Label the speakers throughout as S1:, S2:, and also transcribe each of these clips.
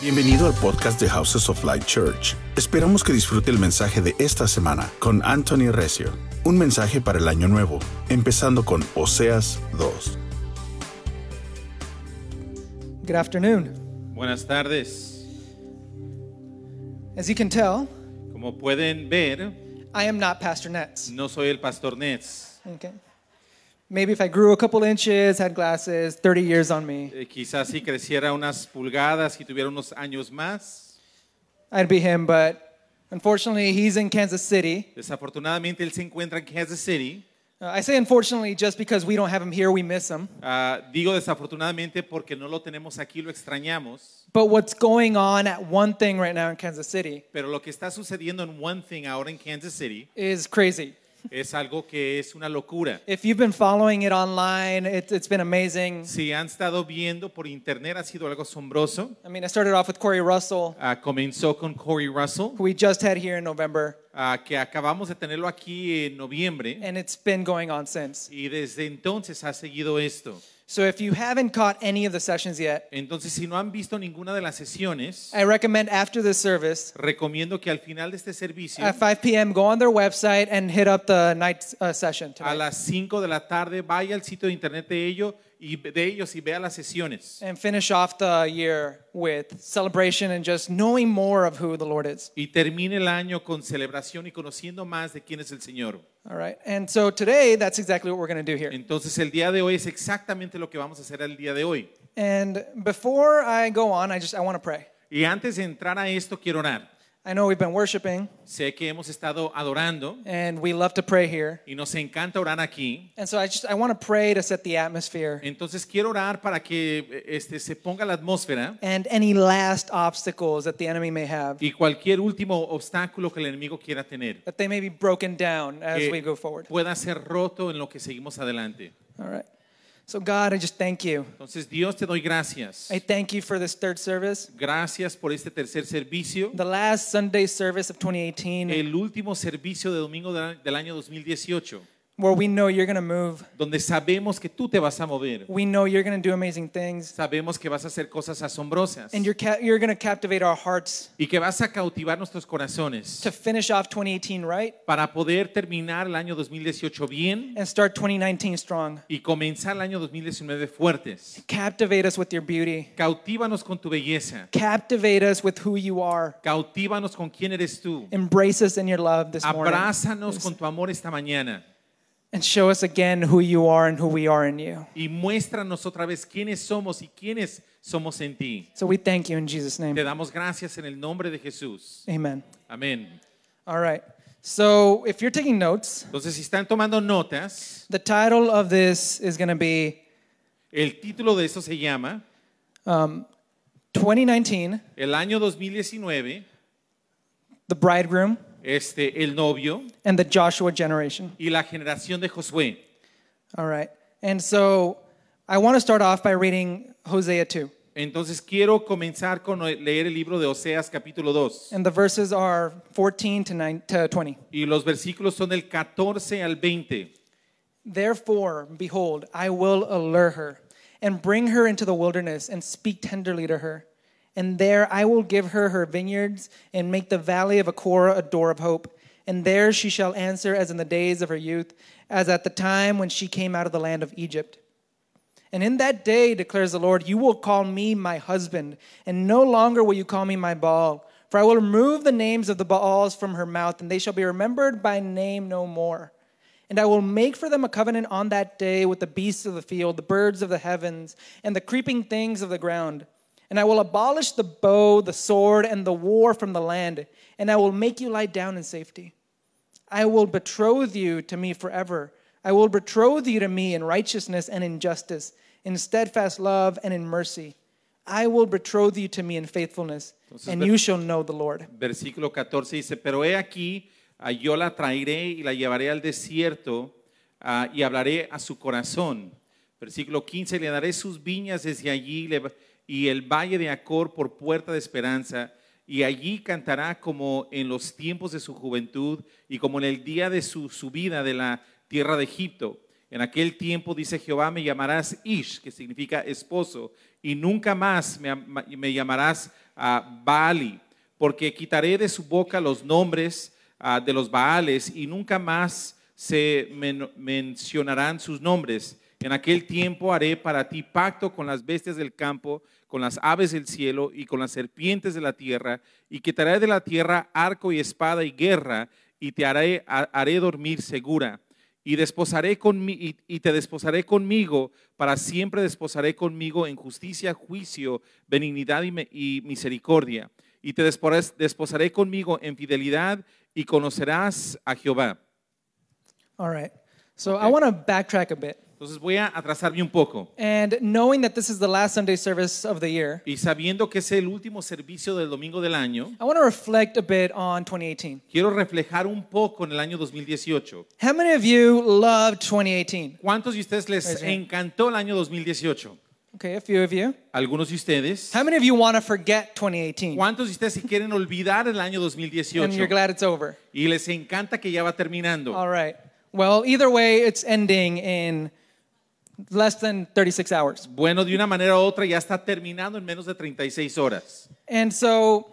S1: Bienvenido al podcast de Houses of Light Church. Esperamos que disfrute el mensaje de esta semana con Anthony Recio. Un mensaje para el año nuevo, empezando con Oseas 2.
S2: Good afternoon.
S3: Buenas tardes.
S2: As you can tell,
S3: Como pueden ver,
S2: I am not Pastor Nets.
S3: no soy el pastor Nets.
S2: Okay. Maybe if I grew a couple inches, had glasses, 30 years on me,
S3: Eh, quizás si creciera unas pulgadas y tuviera unos años más.
S2: I'd be him, but unfortunately, he's in Kansas City.
S3: Desafortunadamente él se encuentra en Kansas City.
S2: Uh, I say unfortunately just because we don't have him here, we miss him.
S3: Ah, digo desafortunadamente porque no lo tenemos aquí, lo extrañamos.
S2: But what's going on at one thing right now in Kansas City
S3: Pero lo que está sucediendo en One Thing ahora en Kansas City
S2: is crazy.
S3: es algo que es una locura.
S2: If you've been following it online, it, it's been amazing.
S3: Si han estado viendo por internet ha sido algo asombroso.
S2: I mean, I started off with Corey Russell,
S3: Ah, comenzó con Corey Russell,
S2: who we just had here in November,
S3: ah, que acabamos de tenerlo aquí en noviembre.
S2: and it's been going on since.
S3: Y desde entonces ha seguido esto.
S2: So if you haven't caught any of the sessions yet,
S3: Entonces, si no han visto ninguna de las sesiones,
S2: I recommend after this service
S3: recomiendo que al final de este servicio,
S2: at 5 p.m. go on their website and hit up the night uh, session
S3: a
S2: tonight
S3: las 5 de la tarde, vaya al sitio de internet de, ello y, de ellos y vea las sesiones.
S2: and finish off the year with celebration and just knowing more of who the Lord is.
S3: Y termine el año con celebración y conociendo más de quién es el Señor.
S2: All right. And so today, that's exactly what we're going to do here.
S3: Entonces, el día de hoy es exactamente lo que vamos a hacer el día de hoy.
S2: And before I go on, I just I want to pray.
S3: Y antes de entrar a esto, quiero orar.
S2: I know we've been worshiping
S3: Sé que hemos estado adorando
S2: and we love to pray here.
S3: y nos encanta orar aquí.
S2: And so I just I want to pray to set the atmosphere
S3: Entonces, quiero orar para que eh, este, se ponga la atmósfera.
S2: and any last obstacles that the enemy may have
S3: y cualquier último obstáculo que el enemigo quiera tener
S2: that they may be broken down as
S3: que
S2: we go forward.
S3: pueda ser roto en lo que seguimos adelante.
S2: All right. So, God, I just thank you.
S3: Entonces, Dios te doy gracias.
S2: I thank you for this third service,
S3: Gracias por este tercer servicio,
S2: the last Sunday service of 2018,
S3: el último servicio de domingo de- del año 2018,
S2: where we know you're going to move.
S3: donde sabemos que tú te vas a mover,
S2: We know you're going to do amazing things,
S3: sabemos que vas a hacer cosas asombrosas
S2: and you're, ca- you're going to captivate our hearts
S3: y que vas a cautivar nuestros corazones
S2: to finish off 2018 right
S3: para poder terminar el año 2018 bien
S2: and start 2019 strong.
S3: y comenzar el año 2019 fuertes.
S2: Captivate us with your beauty,
S3: Cautívanos con tu belleza,
S2: captivate us with who you are.
S3: cautívanos con quién eres tú.
S2: Embrace us in your love this
S3: Abrázanos
S2: morning
S3: con tu amor esta mañana
S2: and show us again who you are and who we are in you.
S3: y muéstranos otra vez quiénes somos y quiénes somos en ti.
S2: So we thank you in Jesus'
S3: Te
S2: name.
S3: damos gracias en el nombre de Jesús.
S2: Amen.
S3: Amén.
S2: All right. So if you're taking notes,
S3: Entonces, si están tomando notas,
S2: the title of this is going to be
S3: el título de esto se llama
S2: 2019,
S3: El año 2019,
S2: The Bridegroom
S3: este, el novio
S2: and the Joshua Generation.
S3: y la generación de Josué.
S2: All right. And so I want to start off by reading Hosea 2.
S3: Entonces, quiero comenzar con leer el libro de Oseas capítulo 2
S2: And the verses are 14 to, 9, to 20.
S3: y los versículos son del 14 al 20.
S2: Therefore, behold, I will allure her and bring her into the wilderness and speak tenderly to her. And there I will give her her vineyards and make the valley of Achorah a door of hope. And there she shall answer as in the days of her youth, as at the time when she came out of the land of Egypt. And in that day, declares the Lord, you will call me my husband, and no longer will you call me my Baal. For I will remove the names of the Baals from her mouth, and they shall be remembered by name no more. And I will make for them a covenant on that day with the beasts of the field, the birds of the heavens, and the creeping things of the ground. And I will abolish the bow, the sword, and the war from the land, and I will make you lie down in safety. I will betroth you to me forever. I will betroth you to me in righteousness and in justice, in steadfast love and in mercy. I will betroth you to me in faithfulness,
S3: Entonces,
S2: and
S3: ver-
S2: you shall know the Lord.
S3: versículo 14 dice, pero he aquí, ah, yo la traeré y la llevaré al desierto ah, y hablaré a su corazón. Versículo 15, le daré sus viñas desde allí le- y el valle de Acor por puerta de esperanza. Y allí cantará como en los tiempos de su juventud y como en el día de su subida de la tierra de Egipto. En aquel tiempo, dice Jehová, me llamarás Ish, que significa esposo, y nunca más me, ama- me llamarás ah, Baali, porque quitaré de su boca los nombres ah, de los Baales y nunca más se men- mencionarán sus nombres. En aquel tiempo haré para ti pacto con las bestias del campo, con las aves del cielo y con las serpientes de la tierra, y quitaré de la tierra arco y espada y guerra, y te haré, ha- haré dormir segura. Y, desposaré con y, y te desposaré conmigo, para siempre desposaré conmigo en justicia, juicio, benignidad y, me- y misericordia. Y te desporas- desposaré conmigo en fidelidad y conocerás a Jehová.
S2: All right. So I
S3: Okay.
S2: want to backtrack a bit.
S3: Entonces voy a atrasarme un poco.
S2: And knowing that this is the last Sunday service of the year,
S3: Y sabiendo que es el último servicio del domingo del año,
S2: I want to reflect a bit on 2018.
S3: quiero reflejar un poco en el año 2018.
S2: How many of you loved 2018?
S3: ¿Cuántos de ustedes les
S2: Present.
S3: encantó el año 2018?
S2: Okay, a few of you.
S3: Algunos de ustedes.
S2: How many of you want to forget 2018?
S3: ¿Cuántos de ustedes se quieren olvidar el año
S2: And you're
S3: 2018?
S2: glad it's over.
S3: Y les encanta que ya va terminando.
S2: All right. Well, either way, it's ending in less than 36 hours.
S3: Bueno, de una manera u otra ya está terminando en menos de 36 horas.
S2: And so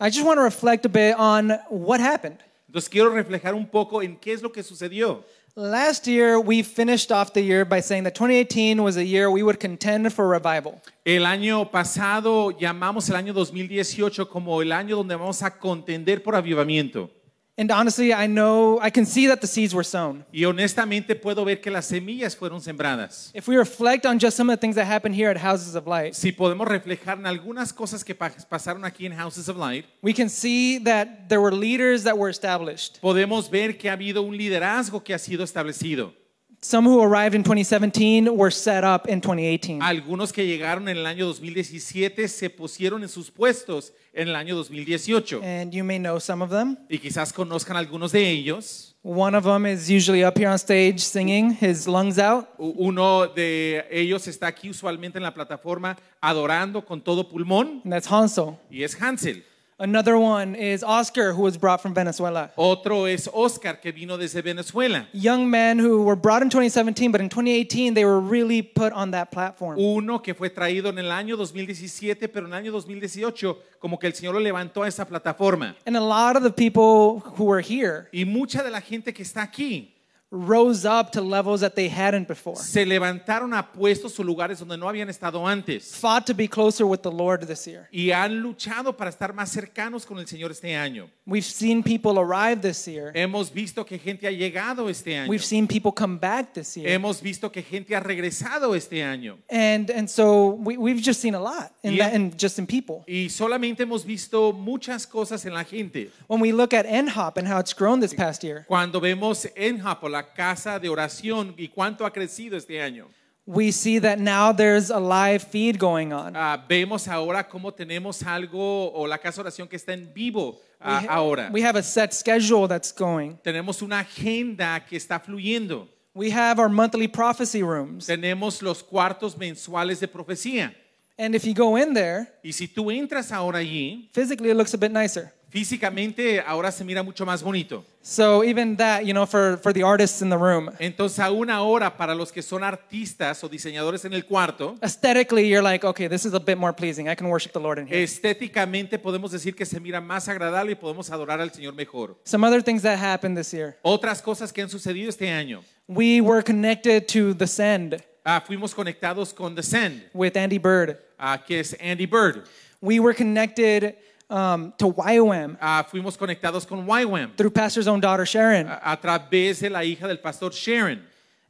S2: I just want to reflect a bit on what happened.
S3: Entonces quiero reflejar un poco en qué es lo que sucedió.
S2: Last year, we finished off the year by saying that 2018 was a year we would contend for revival.
S3: El año pasado llamamos el año 2018 como el año donde vamos a contender por avivamiento.
S2: And honestly, I know, I can see that the seeds were sown.
S3: Y honestamente puedo ver que las semillas fueron sembradas.
S2: If we reflect on just some of the things that happened here at Houses of Light,
S3: Si podemos reflejar en algunas cosas que pa- pasaron aquí en Houses of Light,
S2: we can see that there were leaders that were established.
S3: podemos ver que ha habido un liderazgo que ha sido establecido.
S2: Some who arrived in 2017 were set up in 2018.
S3: Algunos que llegaron en el año 2017 se pusieron en sus puestos en el año 2018.
S2: And you may know some of them.
S3: Y quizás conozcan algunos de ellos.
S2: One of them is usually up here on stage singing his lungs out.
S3: U- Uno de ellos está aquí usualmente en la plataforma adorando con todo pulmón
S2: And that's Hansel.
S3: y es Hansel.
S2: Another one is Oscar, who was brought from Venezuela.
S3: Otro es Oscar que vino desde Venezuela.
S2: Young men who were brought in 2017, but in 2018 they were really put on that platform.
S3: Uno que fue traído en el año 2017, pero en el año 2018 como que el Señor lo levantó a esa plataforma.
S2: And a lot of the people who were here
S3: Y mucha de la gente que está aquí
S2: rose up to levels that they hadn't before,
S3: se levantaron a puestos o lugares donde no habían estado antes.
S2: fought to be closer with the Lord this year.
S3: y han luchado para estar más cercanos con el Señor este año.
S2: We've seen people arrive this year.
S3: Hemos visto que gente ha llegado este año.
S2: We've seen people come back this year.
S3: Hemos visto que gente ha regresado este año.
S2: And, and so we, we've just seen a lot in
S3: Yeah.
S2: that, and just in people.
S3: Y solamente hemos visto muchas cosas en la gente.
S2: When we look at NHOP and how it's grown this past year,
S3: Cuando vemos en Japón la casa de oración y cuánto ha crecido este año,
S2: we see that now there's a live feed going on.
S3: ah, vemos ahora cómo tenemos algo o la casa de oración que está en vivo ah,
S2: we ha-
S3: ahora.
S2: we have a set schedule that's going.
S3: Tenemos una agenda que está fluyendo.
S2: We have our monthly prophecy rooms.
S3: Tenemos los cuartos mensuales de profecía.
S2: And if you go in there,
S3: Y si tú entras ahora allí,
S2: physically it looks a bit nicer.
S3: Físicamente ahora se mira mucho más bonito.
S2: So even that, you know, for, for the artists in the room,
S3: Entonces aún ahora para los que son artistas o diseñadores en el cuarto,
S2: aesthetically you're like, okay, this is a bit more pleasing. I can worship the Lord in here.
S3: estéticamente podemos decir que se mira más agradable y podemos adorar al Señor mejor.
S2: Some other things that happened this year.
S3: Otras cosas que han sucedido este año.
S2: We were connected to the Send
S3: Ah, fuimos conectados con The Send,
S2: with Andy Bird.
S3: ah, que es Andy Bird.
S2: We were connected um, to YOM
S3: Ah, fuimos conectados con YWAM
S2: through Pastor's own daughter Sharon.
S3: a, a través de la hija del pastor Sharon.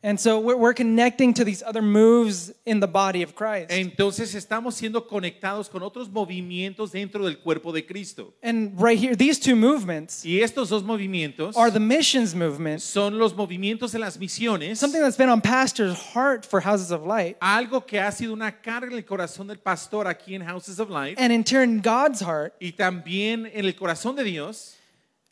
S2: And so we're, we're connecting to these other moves in the body of Christ.
S3: Entonces estamos siendo conectados con otros movimientos dentro del cuerpo de Cristo.
S2: and right here, these two movements
S3: Y estos dos movimientos
S2: are the missions movement,
S3: son los movimientos de las misiones,
S2: something that's been on Pastor's heart for Houses of Light,
S3: algo que ha sido una carga en el corazón del pastor aquí en Houses of Light
S2: and in turn, God's heart.
S3: y también en el corazón de Dios.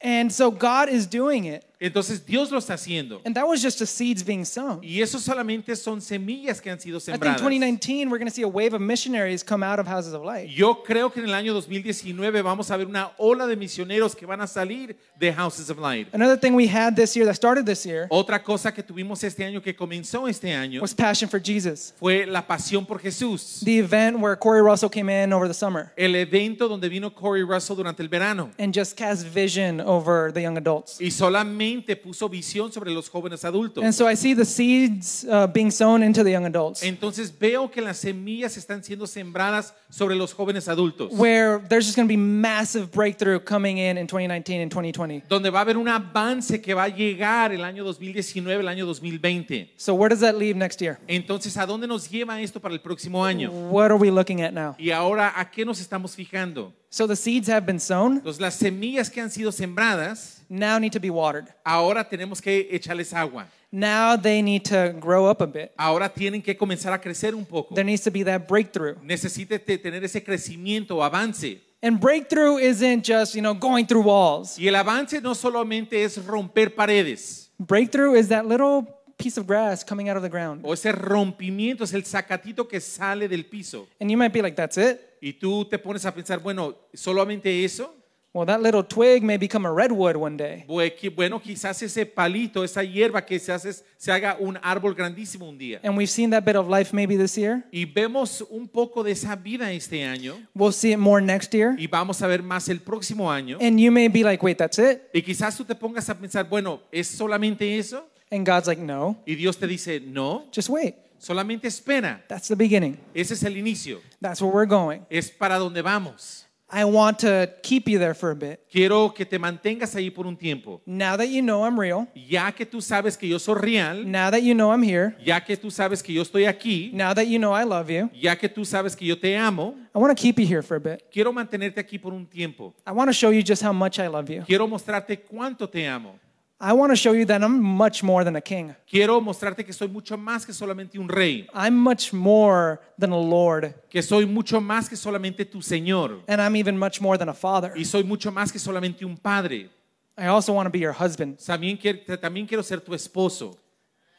S2: And so God is doing it.
S3: Entonces Dios lo está haciendo.
S2: And that was just the seeds being sown.
S3: Y eso solamente son semillas que han sido
S2: I think
S3: sembradas.
S2: 2019, we're going to see a wave of missionaries come out of Houses of Light.
S3: Yo creo que en el año 2019 vamos a ver una ola de misioneros que van a salir de Houses of Light.
S2: Another thing we had this year that started this year
S3: Otra cosa que tuvimos este año que comenzó este año
S2: was Passion for Jesus,
S3: fue la pasión por Jesús.
S2: the event where Corey Russell came in over the summer
S3: El evento donde vino Corey Russell durante el verano
S2: and just cast vision over the young adults.
S3: y solamente puso visión sobre los jóvenes adultos.
S2: And so I see the seeds uh, being sown into the young adults,
S3: Entonces veo que las semillas están siendo sembradas sobre los jóvenes adultos,
S2: where there's just going to be massive breakthrough coming in in 2019 and 2020.
S3: donde va a haber un avance que va a llegar el año 2019, el año 2020.
S2: So where does that leave next year?
S3: Entonces, ¿a dónde nos lleva esto para el próximo año?
S2: What are we looking at now?
S3: Y ahora, ¿a qué nos estamos fijando?
S2: So the seeds have been sown,
S3: Entonces, las semillas que han sido sembradas,
S2: now need to be watered.
S3: ahora tenemos que echarles agua.
S2: Now they need to grow up a bit.
S3: Ahora tienen que comenzar a crecer un poco.
S2: There needs to be that breakthrough.
S3: Necesite te- tener ese crecimiento o avance.
S2: And breakthrough isn't just, you know, going through walls.
S3: Y el avance no solamente es romper paredes,
S2: Breakthrough is that little piece of grass coming out of the ground.
S3: o ese rompimiento es el sacatito que sale del piso.
S2: And you might be like, that's it?
S3: Y tú te pones a pensar, bueno, solamente eso.
S2: Well, that little twig may become a redwood one day.
S3: Bue- qui- Bueno, quizás ese palito, esa hierba que se hace, se haga un árbol grandísimo un día.
S2: And we've seen that bit of life maybe this year.
S3: Y vemos un poco de esa vida este año
S2: We'll see it more next year.
S3: y vamos a ver más el próximo año.
S2: And you may be like, wait, that's it?
S3: Y quizás tú te pongas a pensar, bueno, ¿es solamente eso?
S2: And God's like, no,
S3: Y Dios te dice, no,
S2: just wait.
S3: solamente espera.
S2: That's the beginning.
S3: Ese es el inicio.
S2: That's where we're going.
S3: Es para donde vamos.
S2: I want to keep you there for a bit.
S3: Quiero que te mantengas ahí por un tiempo.
S2: Now that you know I'm real,
S3: Ya que tú sabes que yo soy real,
S2: now that you know I'm here,
S3: ya que tú sabes que yo estoy aquí,
S2: now that you know I love you,
S3: ya que tú sabes que yo te amo,
S2: I want to keep you here for a bit.
S3: quiero mantenerte aquí por un tiempo.
S2: I want to show you just how much I love you.
S3: Quiero mostrarte cuánto te amo.
S2: I want to show you that I'm much more than a king.
S3: Quiero mostrarte que soy mucho más que solamente un rey,
S2: I'm much more than a lord,
S3: que soy mucho más que solamente tu Señor
S2: and I'm even much more than a father.
S3: y soy mucho más que solamente un padre.
S2: I also want to be your husband.
S3: También quiero, también quiero ser tu esposo.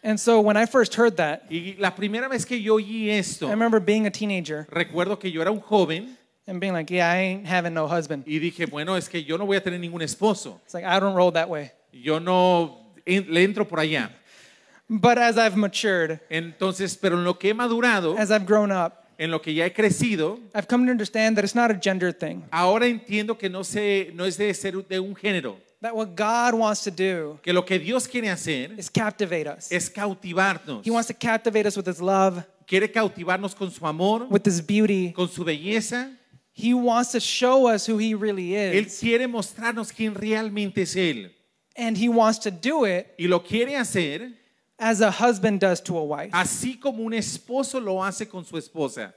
S2: And so when I first heard that,
S3: Y la primera vez que yo oí esto,
S2: I remember being a teenager
S3: recuerdo que yo era un joven
S2: and being like, yeah, I ain't having no husband.
S3: y dije, bueno, es que yo no voy a tener ningún esposo.
S2: It's like, I don't roll that way.
S3: Yo no en- le entro por allá.
S2: But as I've matured,
S3: Entonces, pero en lo que he madurado,
S2: as I've grown up,
S3: en lo que ya he crecido,
S2: I've come to understand that it's not a gender thing.
S3: ahora entiendo que no, se, no es de ser de un género,
S2: That what God wants to do
S3: que lo que Dios quiere hacer
S2: is captivate us.
S3: es cautivarnos.
S2: He wants to captivate us with his love,
S3: Quiere cautivarnos con su amor,
S2: with his beauty.
S3: con su belleza.
S2: He wants to show us who he really
S3: Él
S2: is.
S3: quiere mostrarnos quién realmente es Él.
S2: And he wants to do it
S3: Y lo quiere hacer
S2: as a husband does to a wife.
S3: así como un esposo lo hace con su esposa.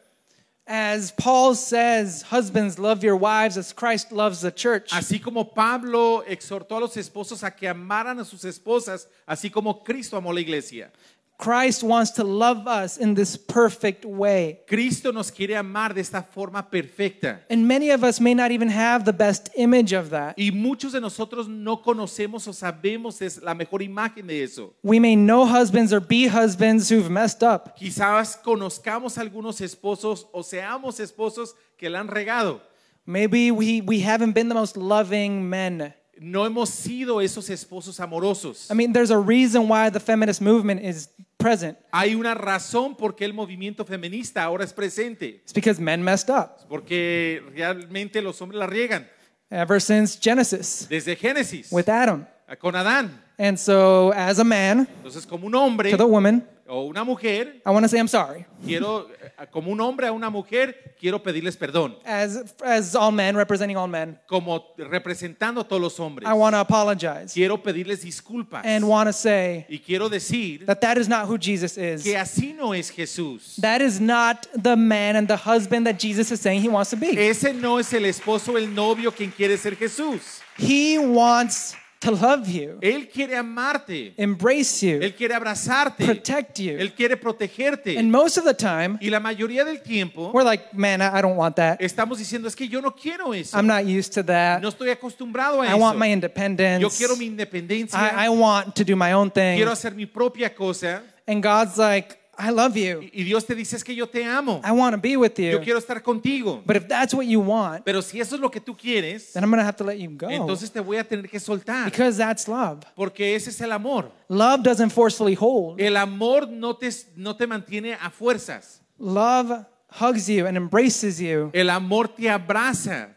S2: As Paul says, husbands love your wives as Christ loves the church.
S3: Así como Pablo exhortó a los esposos a que amaran a sus esposas, así como Cristo amó la iglesia.
S2: Christ wants to love us in this perfect way.
S3: Cristo nos quiere amar de esta forma perfecta.
S2: And many of us may not even have the best image of that.
S3: Y muchos de nosotros no conocemos o sabemos es la mejor imagen de eso.
S2: We may know husbands or be husbands who've messed up.
S3: Quizás conozcamos algunos esposos o seamos esposos que la han regado.
S2: Maybe we, we haven't been the most loving men.
S3: No hemos sido esos esposos amorosos.
S2: I mean, there's a reason why the feminist movement is present.
S3: Hay una razón por qué el movimiento feminista ahora es presente,
S2: It's because men messed up
S3: porque realmente los hombres la riegan
S2: ever since Genesis
S3: desde Génesis
S2: with Adam.
S3: con Adán.
S2: And so, as a man
S3: Entonces, como un hombre
S2: to the woman,
S3: o una mujer,
S2: I want to say I'm sorry.
S3: quiero eh, como un hombre a una mujer, quiero pedirles perdón,
S2: As as all men representing all men,
S3: como representando a todos los hombres.
S2: I want to apologize
S3: Quiero pedirles disculpas
S2: and want to say
S3: y quiero decir
S2: that that is not who Jesus is.
S3: que así no es Jesús.
S2: That is not the man and the husband that Jesus is saying he wants to be.
S3: Ese no es el esposo, el novio quien quiere ser Jesús.
S2: He wants to love you,
S3: Él quiere amarte.
S2: embrace you,
S3: Él quiere abrazarte.
S2: protect you.
S3: Él quiere protegerte.
S2: And most of the time,
S3: Y la mayoría del tiempo
S2: we're like, man, I I don't want that.
S3: estamos diciendo, es que yo no quiero eso.
S2: I'm not used to that.
S3: No estoy acostumbrado a
S2: I want my
S3: eso. Yo
S2: independence.
S3: quiero mi
S2: I, I
S3: independencia.
S2: want to do my own thing.
S3: Quiero hacer mi propia cosa.
S2: And God's like, I love you.
S3: Y y Dios te dice, es que yo te amo.
S2: I want to be with
S3: Yo
S2: you.
S3: quiero estar contigo.
S2: But if that's what you want,
S3: Pero si eso es lo que tú quieres,
S2: then I'm going to have to let you go.
S3: entonces te voy a tener que soltar.
S2: Because that's love.
S3: Porque ese es el amor.
S2: Love doesn't forcefully hold.
S3: El amor no te, no te mantiene a fuerzas.
S2: Love hugs you and embraces you.
S3: El amor te abraza.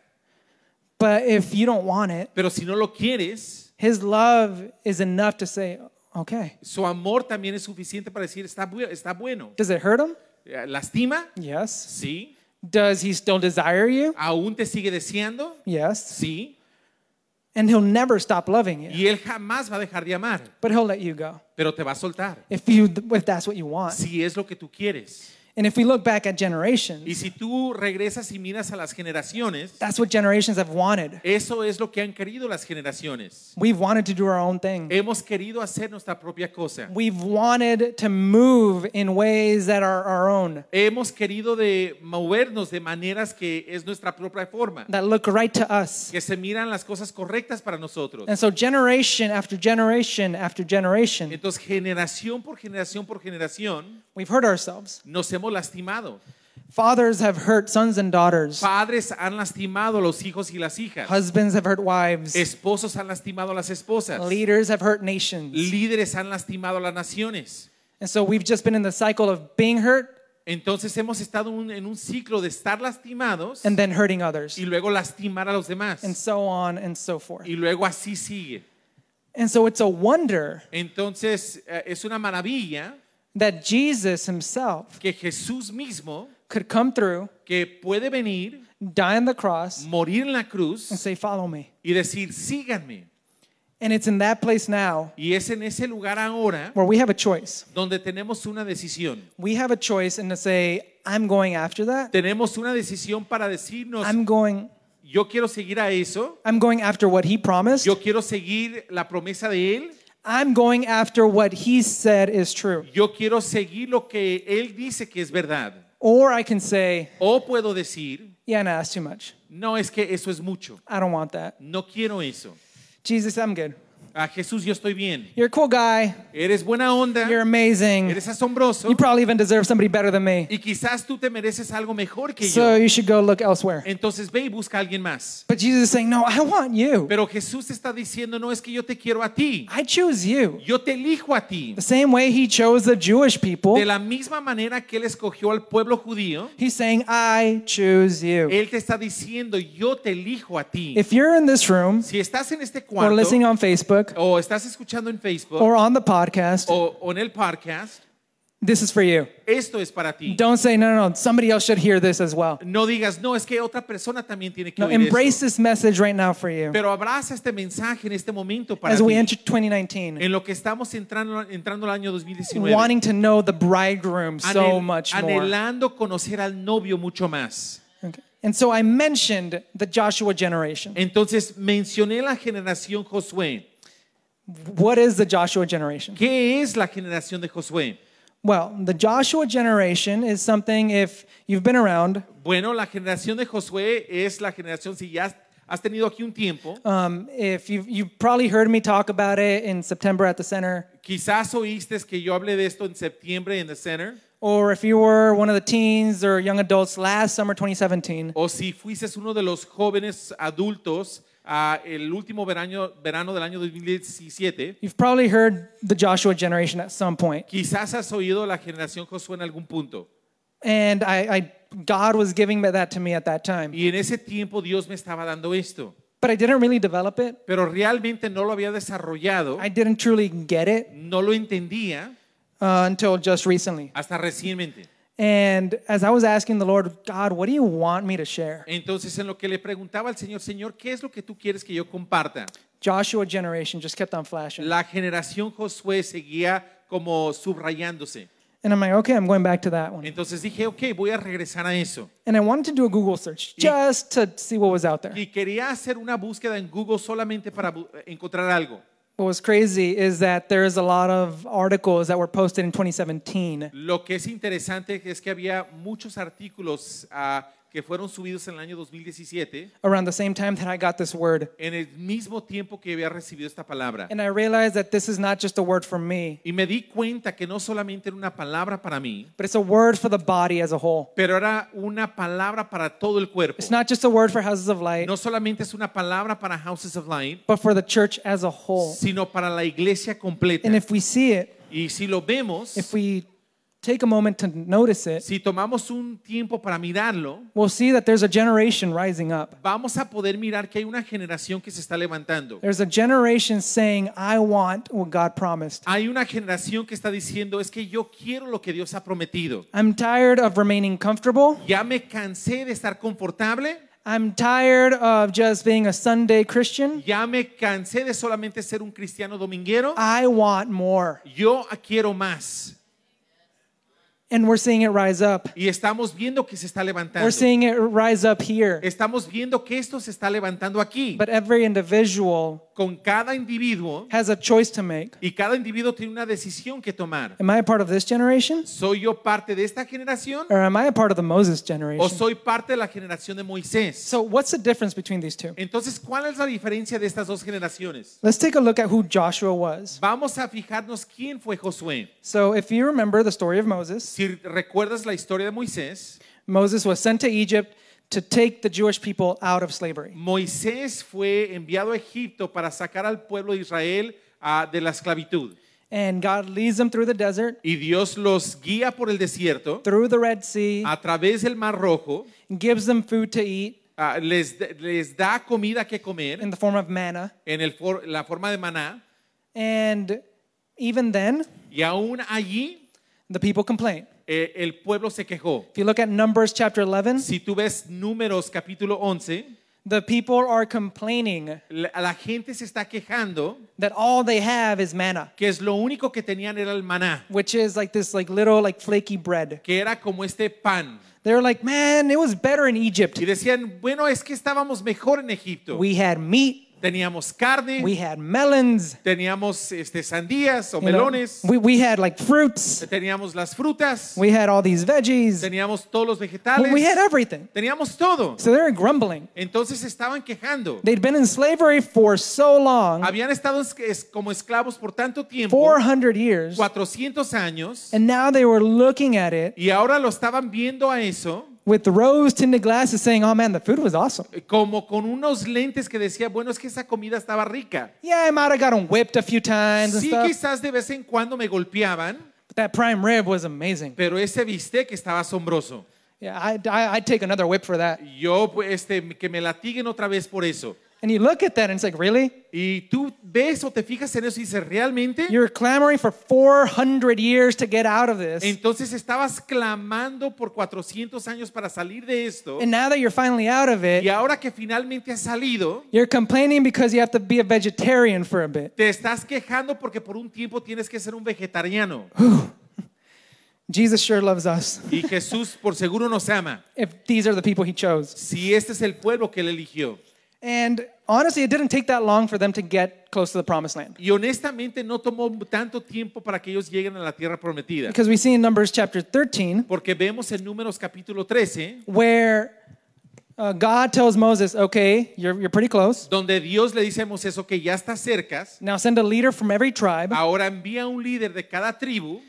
S2: But if you don't want it,
S3: Pero si no lo quieres,
S2: his love is enough to say, okay.
S3: su amor también es suficiente para decir, está, bu- está bueno.
S2: Does it hurt him?
S3: Eh, ¿Lastima?
S2: Yes.
S3: Sí.
S2: Does he still desire you?
S3: ¿Aún te sigue deseando?
S2: Yes.
S3: Sí.
S2: And he'll never stop loving you,
S3: Y él jamás va a dejar de amar,
S2: but he'll let you go
S3: pero te va a soltar.
S2: if you if that's what you want.
S3: Si es lo que tú quieres.
S2: And if we look back at generations,
S3: Y si tú regresas y miras a las generaciones,
S2: that's what generations have wanted.
S3: eso es lo que han querido las generaciones.
S2: We've wanted to do our own thing.
S3: Hemos querido hacer nuestra propia cosa.
S2: We've wanted to move in ways that are our own,
S3: Hemos querido de movernos de maneras que es nuestra propia forma,
S2: that look right to us.
S3: que se miran las cosas correctas para nosotros.
S2: And so generation after generation after generation,
S3: Entonces, generación por generación por generación,
S2: we've hurt ourselves.
S3: nos hemos lastimado.
S2: Fathers have hurt sons and daughters.
S3: Padres han lastimado a los hijos y las hijas.
S2: Husbands have hurt wives.
S3: Esposos han lastimado a las esposas.
S2: Leaders have hurt nations.
S3: Líderes han lastimado a las naciones.
S2: And so we've just been in the cycle of being hurt
S3: Entonces hemos estado un- en un ciclo de estar lastimados
S2: and then hurting others,
S3: y luego lastimar a los demás.
S2: and so on and so forth.
S3: Y luego así sigue.
S2: And so it's a wonder
S3: Entonces eh, es una maravilla
S2: that Jesus himself
S3: que Jesús mismo,
S2: could come through,
S3: que puede venir,
S2: die on the cross,
S3: morir en la
S2: and
S3: cruz
S2: say, Follow me.
S3: y decir, síganme.
S2: And it's in that place now
S3: Y es en ese lugar ahora
S2: where we have a choice.
S3: donde tenemos una decisión.
S2: We have a choice and to say, I'm going after that.
S3: Tenemos una decisión para decirnos,
S2: I'm going
S3: yo quiero seguir a eso,
S2: I'm going after what he promised.
S3: yo quiero seguir la promesa de Él.
S2: I'm going after what he said is true.
S3: Yo quiero seguir lo que él dice que es verdad.
S2: Or I can say,
S3: O puedo decir,
S2: yeah, no, that's too much.
S3: no, es que eso es mucho.
S2: I don't want that.
S3: No quiero eso.
S2: Jesus, I'm good.
S3: A Jesús, yo estoy bien.
S2: You're a cool guy.
S3: Eres buena onda.
S2: You're amazing.
S3: Eres asombroso.
S2: You probably even deserve somebody better than me.
S3: Y quizás tú te mereces algo mejor que
S2: So
S3: yo.
S2: you should go look elsewhere.
S3: Entonces ve y busca a alguien más.
S2: But Jesus is saying, no, I want you.
S3: Pero Jesús te está diciendo, no, es que yo te quiero a ti.
S2: I choose you.
S3: Yo te elijo a ti.
S2: The same way he chose the Jewish
S3: De
S2: people,
S3: la misma manera que él escogió al pueblo judío,
S2: he's saying, I choose you.
S3: él te está diciendo, yo te elijo a ti.
S2: If you're in this room
S3: Si estás en este
S2: or
S3: cuarto
S2: listening on Facebook
S3: o estás escuchando en Facebook,
S2: or on the podcast,
S3: o, o en el podcast,
S2: this is for you.
S3: esto es para ti.
S2: Don't say, no, no, no, somebody else should hear this as well.
S3: No digas, no, es que otra persona también tiene que
S2: No,
S3: oír
S2: embrace
S3: esto".
S2: this message right now for you.
S3: Pero abraza este mensaje en este momento para
S2: As we
S3: ti.
S2: enter 2019,
S3: En lo que estamos entrando, entrando al año 2019.
S2: wanting to know the bridegroom so
S3: Anhel-
S2: much more.
S3: anhelando conocer al novio mucho más.
S2: Okay. And so I mentioned the Joshua generation.
S3: Entonces mencioné la generación Josué.
S2: What is the Joshua generation?
S3: ¿Qué es la generación de Josué?
S2: Well, the Joshua generation is something, if you've been around,
S3: Bueno, la generación de Josué es la generación, si ya has- has tenido aquí un tiempo,
S2: um, if you've, you've probably heard me talk about it in September at the center,
S3: quizás oíste que yo hablé de esto en septiembre en The Center.
S2: or if you were one of the teens or young adults last summer 2017,
S3: o si fuises uno de los jóvenes adultos ah, el último verano, verano del año 2017,
S2: you've probably heard the Joshua generation at some point.
S3: quizás has oído la generación Josué en algún punto.
S2: And I, I God was giving me that to me at that time.
S3: Y en ese tiempo Dios me estaba dando esto,
S2: But I didn't really develop it.
S3: pero realmente no lo había desarrollado,
S2: I didn't truly get it
S3: no lo entendía
S2: uh, until just recently.
S3: hasta recientemente.
S2: And as I was asking the Lord, God, what do you want me to share?
S3: Entonces en lo que le preguntaba al Señor, Señor, ¿qué es lo que tú quieres que yo comparta?
S2: Joshua generation just kept on flashing.
S3: La generación Josué seguía como subrayándose.
S2: And I'm like, okay, I'm going back to that one.
S3: Entonces dije, ok, voy a regresar a eso.
S2: And I wanted to do a Google search just to see what was out there.
S3: Y quería hacer una búsqueda en Google solamente para bu- encontrar algo.
S2: What was crazy is that there is a lot of articles that were posted in 2017.
S3: Lo que es interesante es que había muchos artículos ah, que fueron subidos en el año 2017,
S2: around the same time that I got this word.
S3: en el mismo tiempo que había recibido esta palabra.
S2: And I realized that this is not just a word for me,
S3: Y me di cuenta que no solamente era una palabra para mí,
S2: but it's a word for the body as a whole.
S3: pero era una palabra para todo el cuerpo.
S2: It's not just a word for Houses of Light,
S3: No solamente es una palabra para Houses of Light,
S2: but for the church as a whole.
S3: sino para la iglesia completa.
S2: And if we see it,
S3: Y si lo vemos,
S2: if we take a moment to notice it,
S3: si tomamos un tiempo para mirarlo,
S2: we'll see that there's a generation rising up.
S3: vamos a poder mirar que hay una generación que se está levantando.
S2: There's a generation saying, I want what God promised.
S3: Hay una generación que está diciendo, es que yo quiero lo que Dios ha prometido.
S2: I'm tired of remaining comfortable.
S3: Ya me cansé de estar confortable,
S2: I'm tired of just being a Sunday Christian.
S3: ya me cansé de solamente ser un cristiano dominguero,
S2: I want more.
S3: yo quiero más.
S2: And we're seeing it rise up.
S3: Y estamos viendo que se está levantando.
S2: We're seeing it rise up here.
S3: Estamos viendo que esto se está levantando aquí.
S2: But every individual
S3: Con cada individuo
S2: has a choice to make.
S3: y cada individuo tiene una decisión que tomar.
S2: Am I a part of this generation?
S3: ¿Soy yo parte de esta generación
S2: Or am I a part of the Moses
S3: o
S2: generation?
S3: soy parte de la generación de Moisés?
S2: So, what's the difference between these two?
S3: Entonces, ¿cuál es la diferencia de estas dos generaciones?
S2: Let's take a look at who Joshua was.
S3: Vamos a fijarnos quién fue Josué.
S2: So, if you remember the story of Moses,
S3: Si recuerdas la historia de Moisés,
S2: Moses was sent to Egypt to take the Jewish people out of slavery.
S3: Moisés fue enviado a Egipto para sacar al pueblo de Israel ah, de la esclavitud.
S2: And God leads them through the desert,
S3: Y Dios los guía por el desierto,
S2: through the Red Sea,
S3: a través del Mar Rojo,
S2: gives them food to eat
S3: ah, les, les da comida que comer
S2: in the form of manna.
S3: en el for- la forma de maná.
S2: And even then,
S3: Y aún allí
S2: the people complain.
S3: eh, el pueblo se quejó.
S2: If you look at Numbers chapter 11,
S3: Si tú ves Números capítulo 11,
S2: The people are complaining
S3: la, la gente se está quejando
S2: that all they have is manna,
S3: que es lo único que tenían era el maná,
S2: which is like this like little like flaky bread.
S3: que era como este pan.
S2: They're like, "Man, it was better in Egypt.
S3: Y decían, bueno, es que estábamos mejor en Egipto.
S2: We had meat,
S3: teníamos carne,
S2: we had melons,
S3: teníamos este, sandías o
S2: you know,
S3: melones,
S2: we we had like fruits,
S3: teníamos las frutas,
S2: we had all these veggies,
S3: teníamos todos los vegetales,
S2: we we had everything."
S3: teníamos todo.
S2: So they're grumbling.
S3: Entonces se estaban quejando.
S2: They'd been in slavery for so long,
S3: Habían estado es- es- como esclavos por tanto tiempo,
S2: 400 years,
S3: 400 años,
S2: and now they were looking at it
S3: y ahora lo estaban viendo a eso
S2: with the rose-tinted glasses saying, "Oh man, the food was awesome."
S3: eh, como con unos lentes que decía, bueno, es que esa comida estaba rica.
S2: Yeah, I might have gotten whipped a few times and
S3: Sí,
S2: stuff,
S3: quizás de vez en cuando me golpeaban,
S2: but that prime rib was amazing.
S3: pero ese bistec estaba asombroso.
S2: Yeah, I, I, I'd take another whip for that.
S3: Yo, pues, este, que me latiguen otra vez por eso.
S2: And you look at that and it's like, really?
S3: Y tú ves o te fijas en eso y dices, ¿realmente?
S2: You're clamoring for 400 years to get out of this.
S3: Entonces estabas clamando por 400 años para salir de esto.
S2: And now that you're finally out of
S3: Y
S2: it,
S3: ahora que finalmente has salido,
S2: you're complaining because you have to be a vegetarian for a bit.
S3: te estás quejando porque por un tiempo tienes que ser un vegetariano.
S2: Jesus sure loves us
S3: Y Jesús por seguro nos ama,
S2: if these are the people he chose.
S3: si este es el pueblo que él eligió.
S2: And honestly, it didn't take that long for them to get close to the promised land.
S3: Y honestamente no tomó tanto tiempo para que ellos lleguen a la tierra prometida.
S2: Because we see in Numbers chapter 13
S3: Porque vemos en Números capítulo 13,
S2: where uh, God tells Moses, okay, you're, you're pretty close.
S3: donde Dios le dice a Moisés, ok, ya estás cerca,
S2: Now send a leader from every tribe.
S3: ahora envía un líder de cada tribu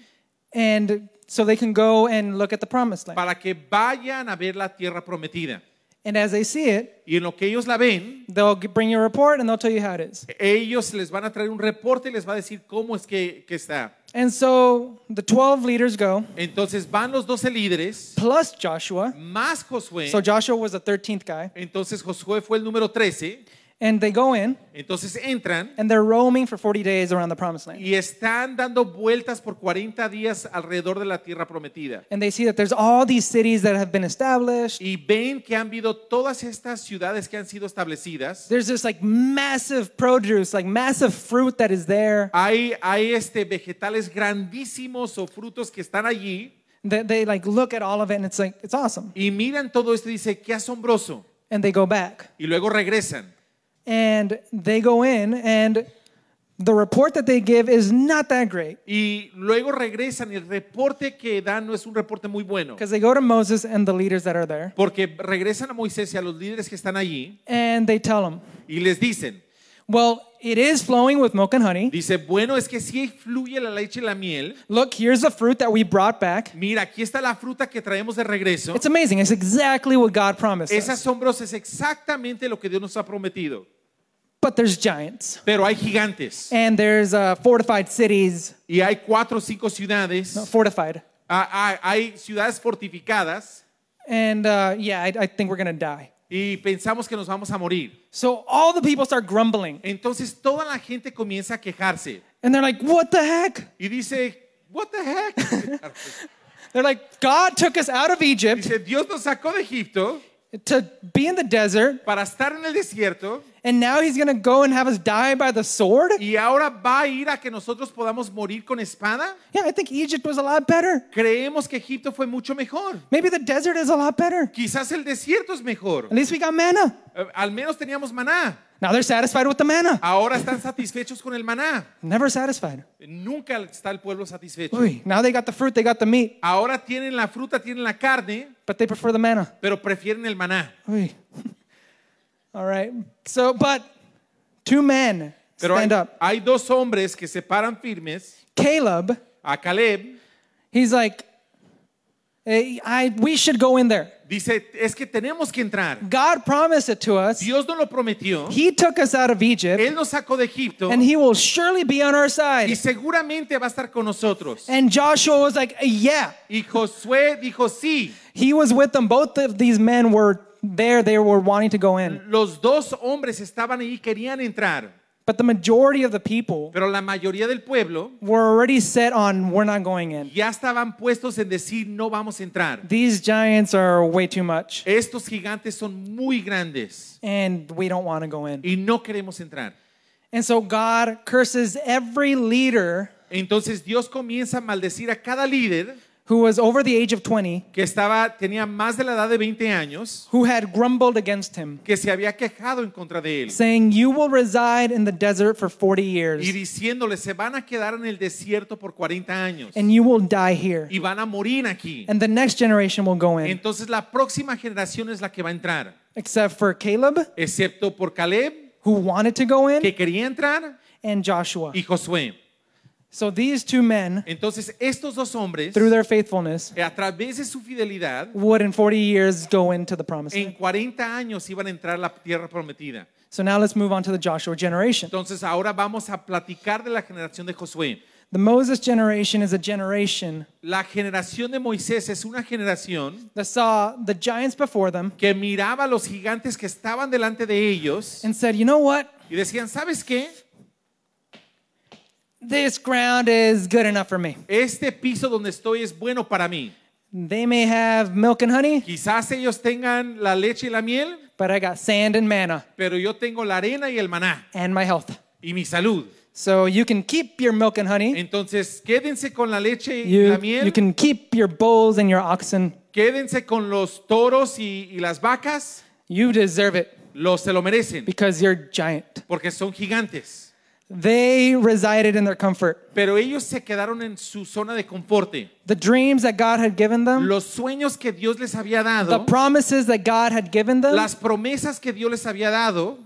S2: and so they can go and look at the promised land.
S3: para que vayan a ver la tierra prometida.
S2: And as they see it,
S3: Y en lo que ellos la ven,
S2: they'll g- bring you a report and they'll tell you how it is.
S3: ellos les van a traer un reporte y les va a decir cómo es que, que está.
S2: And so the 12 leaders go,
S3: Entonces van los 12 líderes,
S2: plus Joshua.
S3: más Josué.
S2: So Joshua was the 13th guy.
S3: Entonces Josué fue el número 13
S2: And they go in
S3: Entonces entran
S2: and they're roaming for 40 days around the promised land.
S3: y están dando vueltas por 40 días alrededor de la tierra prometida.
S2: And they see that there's all these cities that have been established.
S3: Y ven que han habido todas estas ciudades que han sido establecidas.
S2: There's this like massive produce, like massive fruit that is there.
S3: Hay, hay este, vegetales grandísimos o frutos que están allí
S2: They, they like look at all of it and it's like, it's awesome.
S3: y miran todo esto y dicen, qué asombroso.
S2: And they go back.
S3: Y luego regresan.
S2: And they go in and the report that they give is not that great.
S3: Y luego regresan. y El reporte que dan no es un reporte muy bueno.
S2: Because they go to Moses and the leaders that are there
S3: Porque regresan a Moisés y a los líderes que están allí
S2: and they tell them,
S3: y les dicen,
S2: Well, it is flowing with milk and honey.
S3: dice, bueno, es que si fluye la leche y la miel,
S2: Look, here's the fruit that we brought back.
S3: mira, aquí está la fruta que traemos de regreso.
S2: It's amazing. It's exactly what God promised.
S3: Es
S2: Us.
S3: asombroso, es exactamente lo que Dios nos ha prometido.
S2: But there's giants.
S3: Pero hay gigantes
S2: And there's uh, fortified cities.
S3: y hay cuatro o cinco ciudades,
S2: No, fortified.
S3: Ah, ah, hay ciudades fortificadas
S2: And uh, yeah, I, I think we're going to die.
S3: y pensamos que nos vamos a morir.
S2: So all the people start grumbling.
S3: Entonces toda la gente comienza a quejarse
S2: And they're like, what the heck?
S3: y dice, what the heck?
S2: They're like, God took us out of Egypt
S3: dice, Dios nos sacó de Egipto
S2: to be in the desert.
S3: para estar en el desierto
S2: And now he's going to go and have us die by the sword?
S3: y ahora va a ir a que nosotros podamos morir con espada.
S2: Yeah, I think Egypt was a lot better.
S3: Creemos que Egipto fue mucho mejor.
S2: Maybe the desert is a lot better.
S3: Quizás el desierto es mejor.
S2: At least we got manna.
S3: Eh, Al menos teníamos maná.
S2: Now they're satisfied with the manna.
S3: Ahora están satisfechos con el maná.
S2: Never satisfied.
S3: Nunca está el pueblo satisfecho.
S2: Uy, now they got the fruit, they got the meat,
S3: Ahora tienen la fruta, tienen la carne,
S2: but they prefer the manna.
S3: pero prefieren el maná.
S2: Uy. All right. So, but two men
S3: Pero hay,
S2: stand up.
S3: hay dos hombres que se paran firmes.
S2: Caleb,
S3: A Caleb
S2: he's like, "Hey, I, we should go in there.
S3: dice, es que tenemos que entrar.
S2: God promised it to us.
S3: Dios nos lo prometió.
S2: He took us out of Egypt,
S3: Él nos sacó de Egipto
S2: and he will surely be on our
S3: y
S2: side.
S3: seguramente va a estar con nosotros.
S2: And Joshua was like, yeah.
S3: Y Josué dijo, sí,
S2: He was with them. Both of these men were there. They were wanting to go in.
S3: los dos hombres estaban ahí, querían entrar,
S2: But the majority of the people
S3: pero la mayoría del pueblo
S2: were already set on, we're not going in.
S3: ya estaban puestos en decir, no vamos a entrar.
S2: These giants are way too much,
S3: Estos gigantes son muy grandes
S2: and we don't want to go in.
S3: y no queremos entrar.
S2: And so God curses every leader
S3: Entonces Dios comienza a maldecir a cada líder
S2: who was over the age of 20
S3: que estaba, tenía más de la edad de 20 años,
S2: who had grumbled against him,
S3: que se había quejado en contra de él
S2: saying, You will reside in the desert for 40
S3: y
S2: years,
S3: diciéndole, se van a quedar en el desierto por 40 años
S2: and you will die here.
S3: y van a morir aquí.
S2: And the next generation will go in,
S3: Entonces la próxima generación es la que va a entrar,
S2: except for Caleb,
S3: excepto por Caleb,
S2: who wanted to go in,
S3: que quería entrar,
S2: and Joshua.
S3: y Josué.
S2: So these two men,
S3: Entonces estos dos hombres,
S2: through their faithfulness,
S3: a través de su fidelidad,
S2: would in 40 years go into the promised
S3: en
S2: land.
S3: 40 años iban a entrar a la tierra prometida.
S2: So now let's move on to the Joshua generation.
S3: Entonces ahora vamos a platicar de la generación de Josué.
S2: The Moses generation is a generation
S3: La generación de Moisés es una generación
S2: that saw the giants before them
S3: que miraba a los gigantes que estaban delante de ellos
S2: and said, you know what?
S3: y decían, ¿sabes qué?
S2: This ground is good enough for me.
S3: Este piso donde estoy es bueno para mí.
S2: They may have milk and honey,
S3: Quizás ellos tengan la leche y la miel,
S2: but I got sand and manna
S3: pero yo tengo la arena y el maná
S2: and my health.
S3: y mi salud.
S2: So you can keep your milk and honey.
S3: Entonces, quédense con la leche y
S2: You,
S3: la
S2: you
S3: miel,
S2: can keep your bulls and your oxen.
S3: quédense con los toros y, y las vacas,
S2: You deserve it
S3: los se lo merecen
S2: because you're giant.
S3: porque son gigantes.
S2: They resided in their comfort.
S3: Pero ellos se quedaron en su zona de confort.
S2: The dreams that God had given them,
S3: Los sueños que Dios les había
S2: the
S3: dado,
S2: promises that God had given them,
S3: las promesas que Dios les había dado,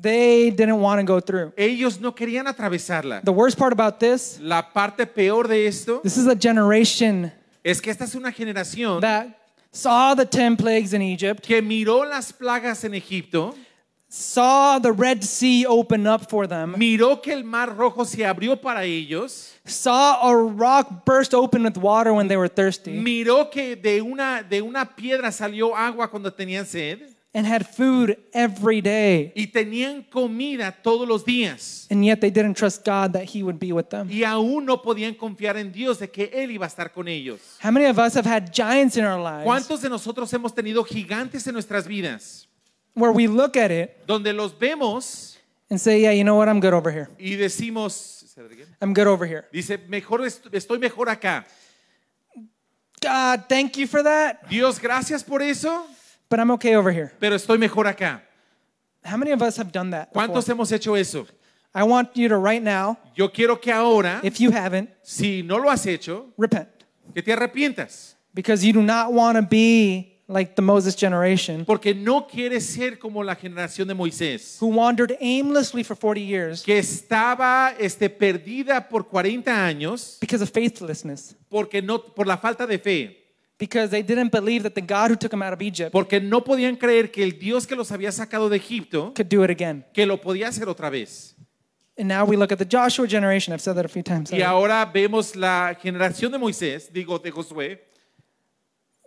S2: they didn't want to go through.
S3: ellos no querían atravesarla.
S2: The worst part about this,
S3: La parte peor de esto
S2: this is a generation
S3: es que esta es una generación
S2: that saw the 10 plagues in Egypt,
S3: que miró las plagas en Egipto,
S2: saw the Red Sea open up for them,
S3: miró que el mar rojo se abrió para ellos,
S2: saw a rock burst open with water when they were thirsty,
S3: miró que de una, de una piedra salió agua cuando tenían sed,
S2: and had food every day.
S3: y tenían comida todos los días
S2: And yet they didn't trust God that He would be with them.
S3: y aún no podían confiar en Dios de que Él iba a estar con ellos.
S2: How many of us have had giants in our lives
S3: ¿Cuántos de nosotros hemos tenido gigantes en nuestras vidas
S2: where we look at it
S3: donde los vemos
S2: and say, yeah, you know what? I'm good over here.
S3: y decimos,
S2: I'm good over here.
S3: dice, mejor est- estoy mejor acá.
S2: God, thank you for that,
S3: Dios, gracias por eso,
S2: but I'm okay over here.
S3: pero estoy mejor acá.
S2: How many of us have done that? before?
S3: ¿Cuántos hemos hecho eso?
S2: I want you to right now,
S3: Yo quiero que ahora,
S2: if you haven't,
S3: si no lo has hecho,
S2: repent
S3: que te arrepientas,
S2: because you do not want to be like the Moses generation
S3: porque no quieres ser como la generación de Moisés,
S2: who wandered aimlessly for 40 years
S3: que estaba este, perdida por 40 años
S2: because of faithlessness,
S3: porque no, por la falta de fe,
S2: because they didn't believe that the God who took them out of Egypt
S3: porque no podían creer que el Dios que los había sacado de Egipto,
S2: could do it again.
S3: que lo podía hacer otra vez.
S2: And now we look at the Joshua generation. I've said that a few times.
S3: Y
S2: already.
S3: ahora vemos la generación de Moisés, digo de Josué,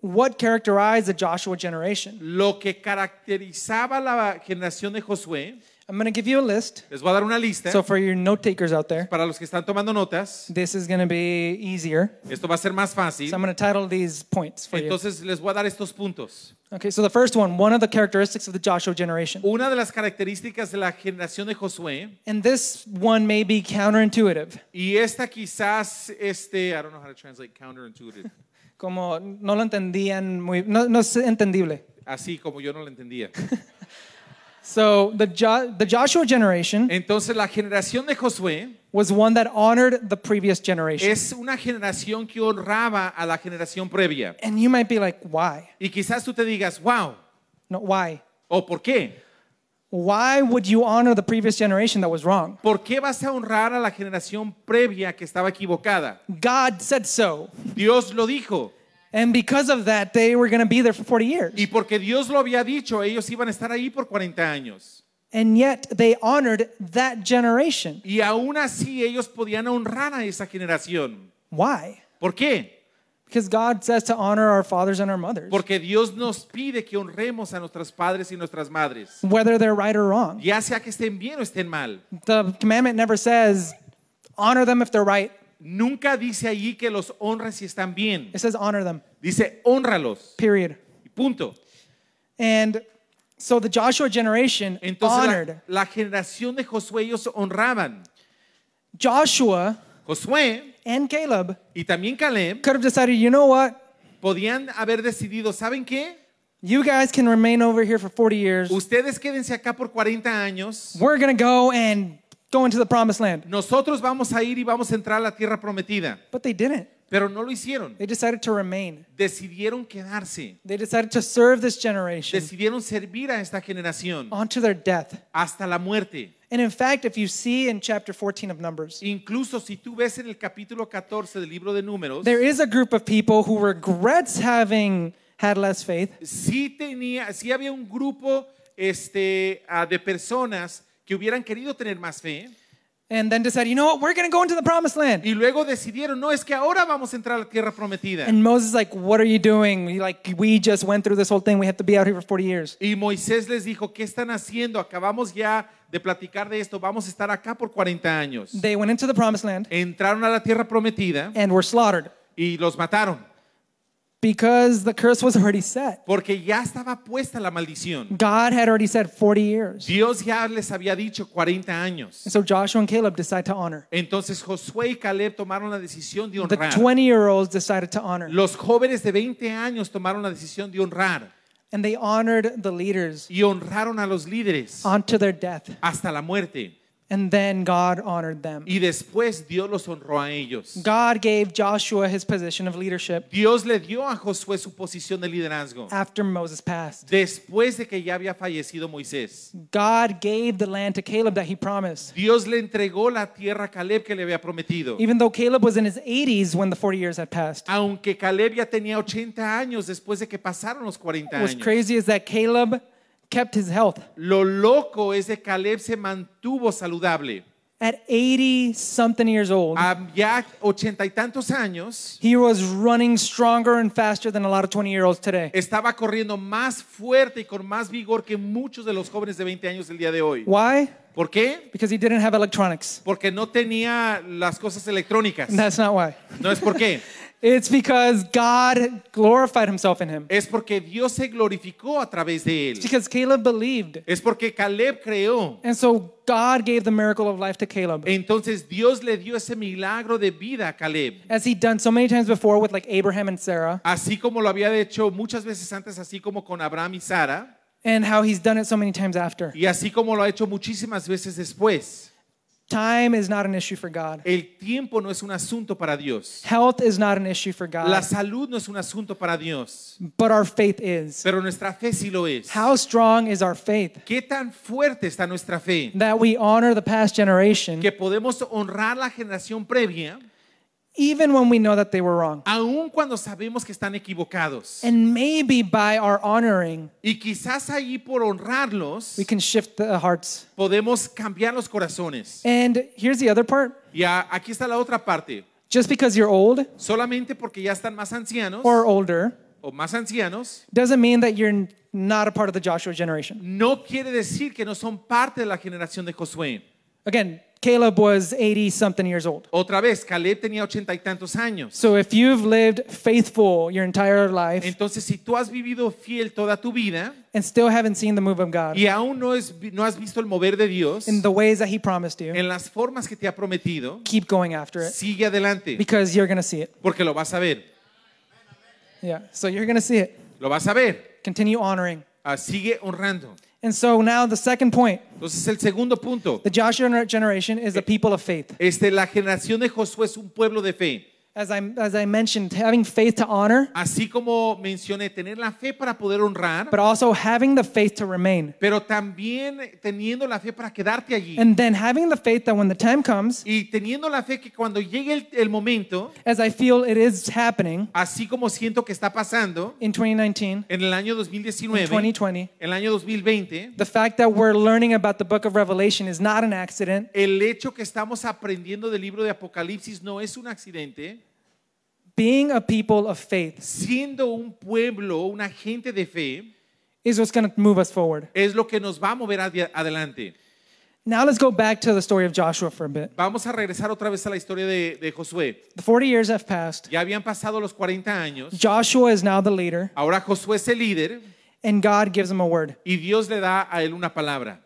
S2: What characterized the Joshua generation?
S3: lo que caracterizaba la generación de Josué,
S2: I'm going to give you a list.
S3: les voy a dar una lista
S2: So for your note takers out there,
S3: para los que están tomando notas,
S2: this is going to be easier.
S3: esto va a ser más fácil.
S2: So I'm going to title these points for you.
S3: Entonces les voy a dar estos puntos.
S2: Okay, so the first one, one of the characteristics of the Joshua generation.
S3: Una de las características de la generación de Josué,
S2: And this one may be counterintuitive.
S3: y esta quizás, este, I don't know how to translate counterintuitive,
S2: Como no lo entendían muy, no, no es entendible.
S3: así como yo no la entendía.
S2: So the, jo- the Joshua generation
S3: Entonces la generación de Josué
S2: was one that honored the previous generation.
S3: es una generación que honraba a la generación previa.
S2: And you might be like, why?
S3: Y quizás tú te digas, wow,
S2: No, why?
S3: ¿o por qué?
S2: Why would you honor the previous generation that was wrong?
S3: ¿Por qué vas a honrar a la generación previa que estaba equivocada?
S2: God said so.
S3: Dios lo dijo.
S2: And because of that, they were going to be there for 40 years.
S3: Y porque Dios lo había dicho, ellos iban a estar ahí por 40 años.
S2: And yet they honored that generation.
S3: Y aún así ellos podían honrar a esa generación.
S2: Why?
S3: ¿Por qué?
S2: Because God says to honor our fathers and our mothers,
S3: Porque Dios nos pide que honremos a nuestros padres y nuestras madres,
S2: whether they're right or wrong.
S3: ya sea que estén bien o estén mal.
S2: The commandment never says, honor them if they're right.
S3: Nunca dice allí que los honres si están bien.
S2: It says, honor them,
S3: Dice, honralos.
S2: period.
S3: Y Punto.
S2: And so the Joshua generation
S3: Entonces la-
S2: honored.
S3: la generación de Josué ellos honraban.
S2: Joshua
S3: Josué
S2: and Caleb
S3: Y también Caleb
S2: could have decided, you know what?
S3: podían haber decidido, ¿saben qué?
S2: You guys can remain over here for 40 years.
S3: Ustedes quédense acá por 40 años.
S2: We're going to go and go into the promised land.
S3: Nosotros vamos a ir y vamos a entrar a la tierra prometida.
S2: But they didn't.
S3: Pero no lo hicieron.
S2: They decided to remain.
S3: Decidieron quedarse.
S2: They decided to serve this generation
S3: Decidieron servir a esta generación
S2: onto their death.
S3: hasta la muerte.
S2: And in fact, if you see in chapter 14 of Numbers,
S3: Incluso si tú ves en el capítulo 14 del libro de Números,
S2: there is a group of people who regrets having had less faith,
S3: sí tenía, sí había un grupo este, ah, de personas que hubieran querido tener más fe
S2: and then decided, you know what, we're going to go into the promised land.
S3: y luego decidieron, no, es que ahora vamos a entrar a la tierra prometida.
S2: And Moses is like, what are you doing? We, Like, we just went through this whole thing. We have to be out here for 40 years.
S3: Y Moisés les dijo, ¿qué están haciendo? Acabamos ya de platicar de esto, vamos a estar acá por 40 años.
S2: They went into the promised land
S3: Entraron a la tierra prometida
S2: and were slaughtered
S3: y los mataron,
S2: because the curse was already set.
S3: porque ya estaba puesta la maldición.
S2: God had already said 40 years.
S3: Dios ya les había dicho 40 años.
S2: And so Joshua and Caleb decide to honor.
S3: Entonces Josué y Caleb tomaron la decisión de
S2: The
S3: honrar.
S2: 20 year olds decided to honor.
S3: Los jóvenes de 20 años tomaron la decisión de honrar
S2: And they honored the leaders
S3: y honraron a los líderes
S2: onto their death.
S3: hasta la muerte.
S2: And then God honored them.
S3: Y después Dios los honró a ellos.
S2: God gave Joshua his position of leadership
S3: Dios le dio a Josué su posición de liderazgo.
S2: after Moses passed.
S3: después de que ya había fallecido Moisés.
S2: God gave the land to Caleb that he promised.
S3: Dios le entregó la tierra a Caleb que le había prometido.
S2: Even though Caleb was in his 80s when the 40 years had passed.
S3: Aunque Caleb ya tenía 80 años después de que pasaron los 40
S2: What's
S3: años.
S2: crazy is that Caleb kept his health.
S3: Lo loco es de Caleb se mantuvo saludable.
S2: at 80 something years old,
S3: a ya ochenta y tantos años,
S2: he was running stronger and faster than a lot of 20 year olds today.
S3: estaba corriendo más fuerte y con más vigor que muchos de los jóvenes de 20 años el día de hoy.
S2: Why?
S3: ¿Por qué?
S2: Because he didn't have electronics.
S3: Porque no tenía las cosas electrónicas.
S2: And that's not why.
S3: No es por qué.
S2: It's because God glorified himself in him.
S3: Es porque Dios se glorificó a través de
S2: It's
S3: él.
S2: because Caleb believed.
S3: Es porque Caleb creó.
S2: And so God gave the miracle of life to Caleb.
S3: Entonces Dios le dio ese milagro de vida a Caleb.
S2: As he'd done so many times before with like Abraham and Sarah,
S3: Así como lo había hecho muchas veces antes, así como con Abraham y Sara,
S2: and how he's done it so many times after.
S3: y así como lo ha hecho muchísimas veces después.
S2: Time is not an issue for God.
S3: El tiempo no es un asunto para Dios.
S2: Health is not an issue for
S3: La
S2: God.
S3: salud no es un asunto para Dios.
S2: But our faith is.
S3: Pero nuestra fe sí lo es.
S2: How strong is our faith
S3: ¿Qué tan fuerte está nuestra fe?
S2: that we honor the past generation
S3: Que podemos honrar la generación previa,
S2: even when we know that they were wrong?
S3: aun cuando sabemos que están equivocados.
S2: And maybe by our honoring,
S3: Y quizás ahí por honrarlos
S2: we can shift the hearts.
S3: podemos cambiar los corazones.
S2: And here's the other part
S3: Y a- aquí está la otra parte.
S2: just because you're old
S3: Solamente porque ya están más ancianos
S2: or older
S3: o más ancianos,
S2: doesn't mean that you're not a part of the Joshua generation.
S3: no quiere decir que no son parte de la generación de Josué.
S2: Again, Caleb was 80 something years old.
S3: Otra vez, Caleb tenía ochenta y tantos años.
S2: So if you've lived faithful your entire life
S3: Entonces, si tú has vivido fiel toda tu vida
S2: and still haven't seen the move of God
S3: y aún no, es, no has visto el mover de Dios
S2: in the ways that He promised you,
S3: en las formas que te ha prometido,
S2: keep going after it
S3: sigue adelante
S2: because you're going to see it.
S3: porque lo vas a ver.
S2: Yeah. So you're going to see it.
S3: Lo vas a ver.
S2: Continue honoring.
S3: Ah, sigue honrando.
S2: And so now the second point
S3: Entonces, el segundo punto.
S2: the Joshua gener- generation is a people of faith.
S3: Este, la generación de Josué es un pueblo de fe.
S2: As I, as I mentioned, having faith to honor,
S3: Así como mencioné, tener la fe para poder honrar,
S2: but also having the faith to remain.
S3: pero también teniendo la fe para quedarte allí.
S2: And then having the faith that when the time comes,
S3: Y teniendo la fe que cuando llegue el, el momento,
S2: as I feel it is happening
S3: así como siento que está pasando
S2: in 2019,
S3: en el año
S2: in
S3: 2019,
S2: 2020,
S3: en el año 2020,
S2: the fact that we're learning about the book of Revelation is not an accident,
S3: el hecho que estamos aprendiendo del libro de Apocalipsis no es un accidente.
S2: being a people of faith
S3: Siendo un pueblo, una gente de fe,
S2: is what's going to move us forward.
S3: es lo que nos va a mover hacia adelante.
S2: Now let's go back to the story of Joshua for a bit.
S3: Vamos a regresar otra vez a la historia de, de Josué.
S2: The 40 years have passed.
S3: Ya habían pasado los 40 años.
S2: Joshua is now the leader,
S3: Ahora Josué es el líder
S2: and God gives him a word.
S3: y Dios le da a él una palabra.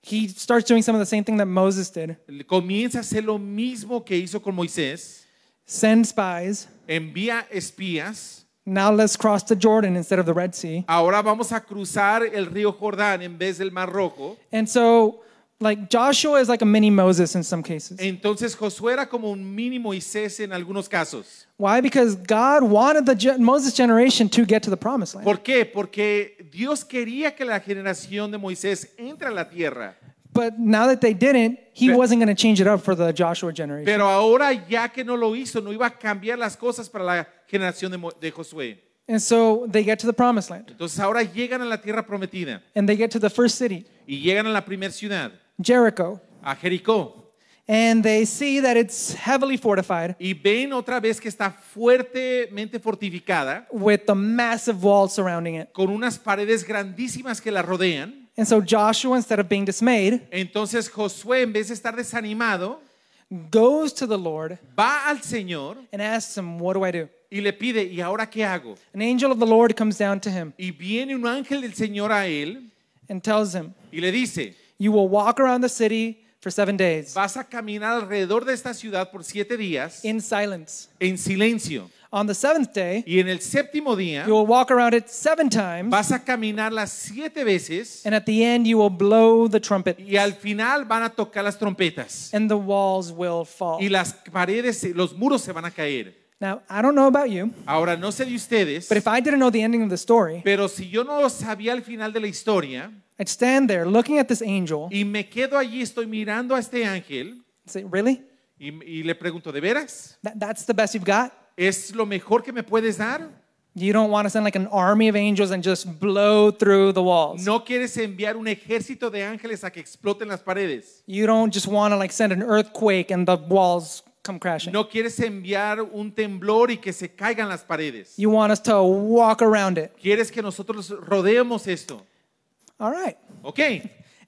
S2: He starts doing some of the same thing that Moses did
S3: Comienza a hacer lo mismo que hizo con Moisés.
S2: send spies.
S3: Envía espías.
S2: Now let's cross the Jordan instead of the Red Sea.
S3: Ahora vamos a cruzar el río Jordán en vez del Mar Rojo.
S2: And so, like, Joshua is like a mini Moses in some cases.
S3: Entonces Josué era como un mini Moisés en algunos casos.
S2: Why? Because God wanted the gen- Moses generation to get to the promised land.
S3: ¿Por qué? Porque Dios quería que la generación de Moisés entre a la tierra.
S2: But now that they didn't, he
S3: Pe-
S2: wasn't going to change it up for the Joshua generation.
S3: Pero ahora ya que no lo hizo, no iba a cambiar las cosas para la generación de, Mo- de Josué.
S2: and so they get to the promised land
S3: Entonces ahora llegan a la tierra prometida
S2: and they get to the first city,
S3: y llegan a la primera ciudad,
S2: Jericho,
S3: a Jericó,
S2: and they see that it's heavily fortified
S3: y ven otra vez que está fuertemente fortificada
S2: with the massive wall surrounding it.
S3: con unas paredes grandísimas que la rodean.
S2: And so Joshua, instead of being dismayed,
S3: Entonces Josué, en vez de estar desanimado,
S2: goes to the Lord
S3: va al Señor
S2: and asks him, What do I do?
S3: y le pide, ¿y ahora qué hago?
S2: An angel of the Lord comes down to him
S3: Y viene un ángel del Señor a él
S2: and tells him,
S3: y le dice,
S2: You will walk around the city for seven days
S3: vas a caminar alrededor de esta ciudad por siete días
S2: in silence.
S3: en silencio.
S2: On the seventh day,
S3: Y en el séptimo día
S2: you will walk around it seven times.
S3: vas a caminar las siete veces
S2: And at the end, you will blow the trumpet,
S3: y al final van a tocar las trompetas
S2: and the walls will fall.
S3: y las paredes, los muros se van a caer.
S2: Now, I don't know about you,
S3: Ahora, no sé de ustedes,
S2: but if I didn't know the ending of the story,
S3: pero si yo no sabía el final de la historia
S2: I'd stand there looking at this angel
S3: y me quedo allí, estoy mirando a este ángel
S2: and say, Really?
S3: y, y le pregunto, ¿de veras?
S2: That, that's the best you've got?
S3: ¿Es lo mejor que me puedes dar?
S2: You don't want to send like an army of angels and just blow through the walls.
S3: No quieres enviar un ejército de ángeles a que exploten las paredes.
S2: You don't just want to like send an earthquake and the walls come crashing.
S3: No quieres enviar un temblor y que se caigan las paredes.
S2: You want us to walk around it.
S3: Quieres que nosotros rodeemos esto.
S2: All right.
S3: Ok.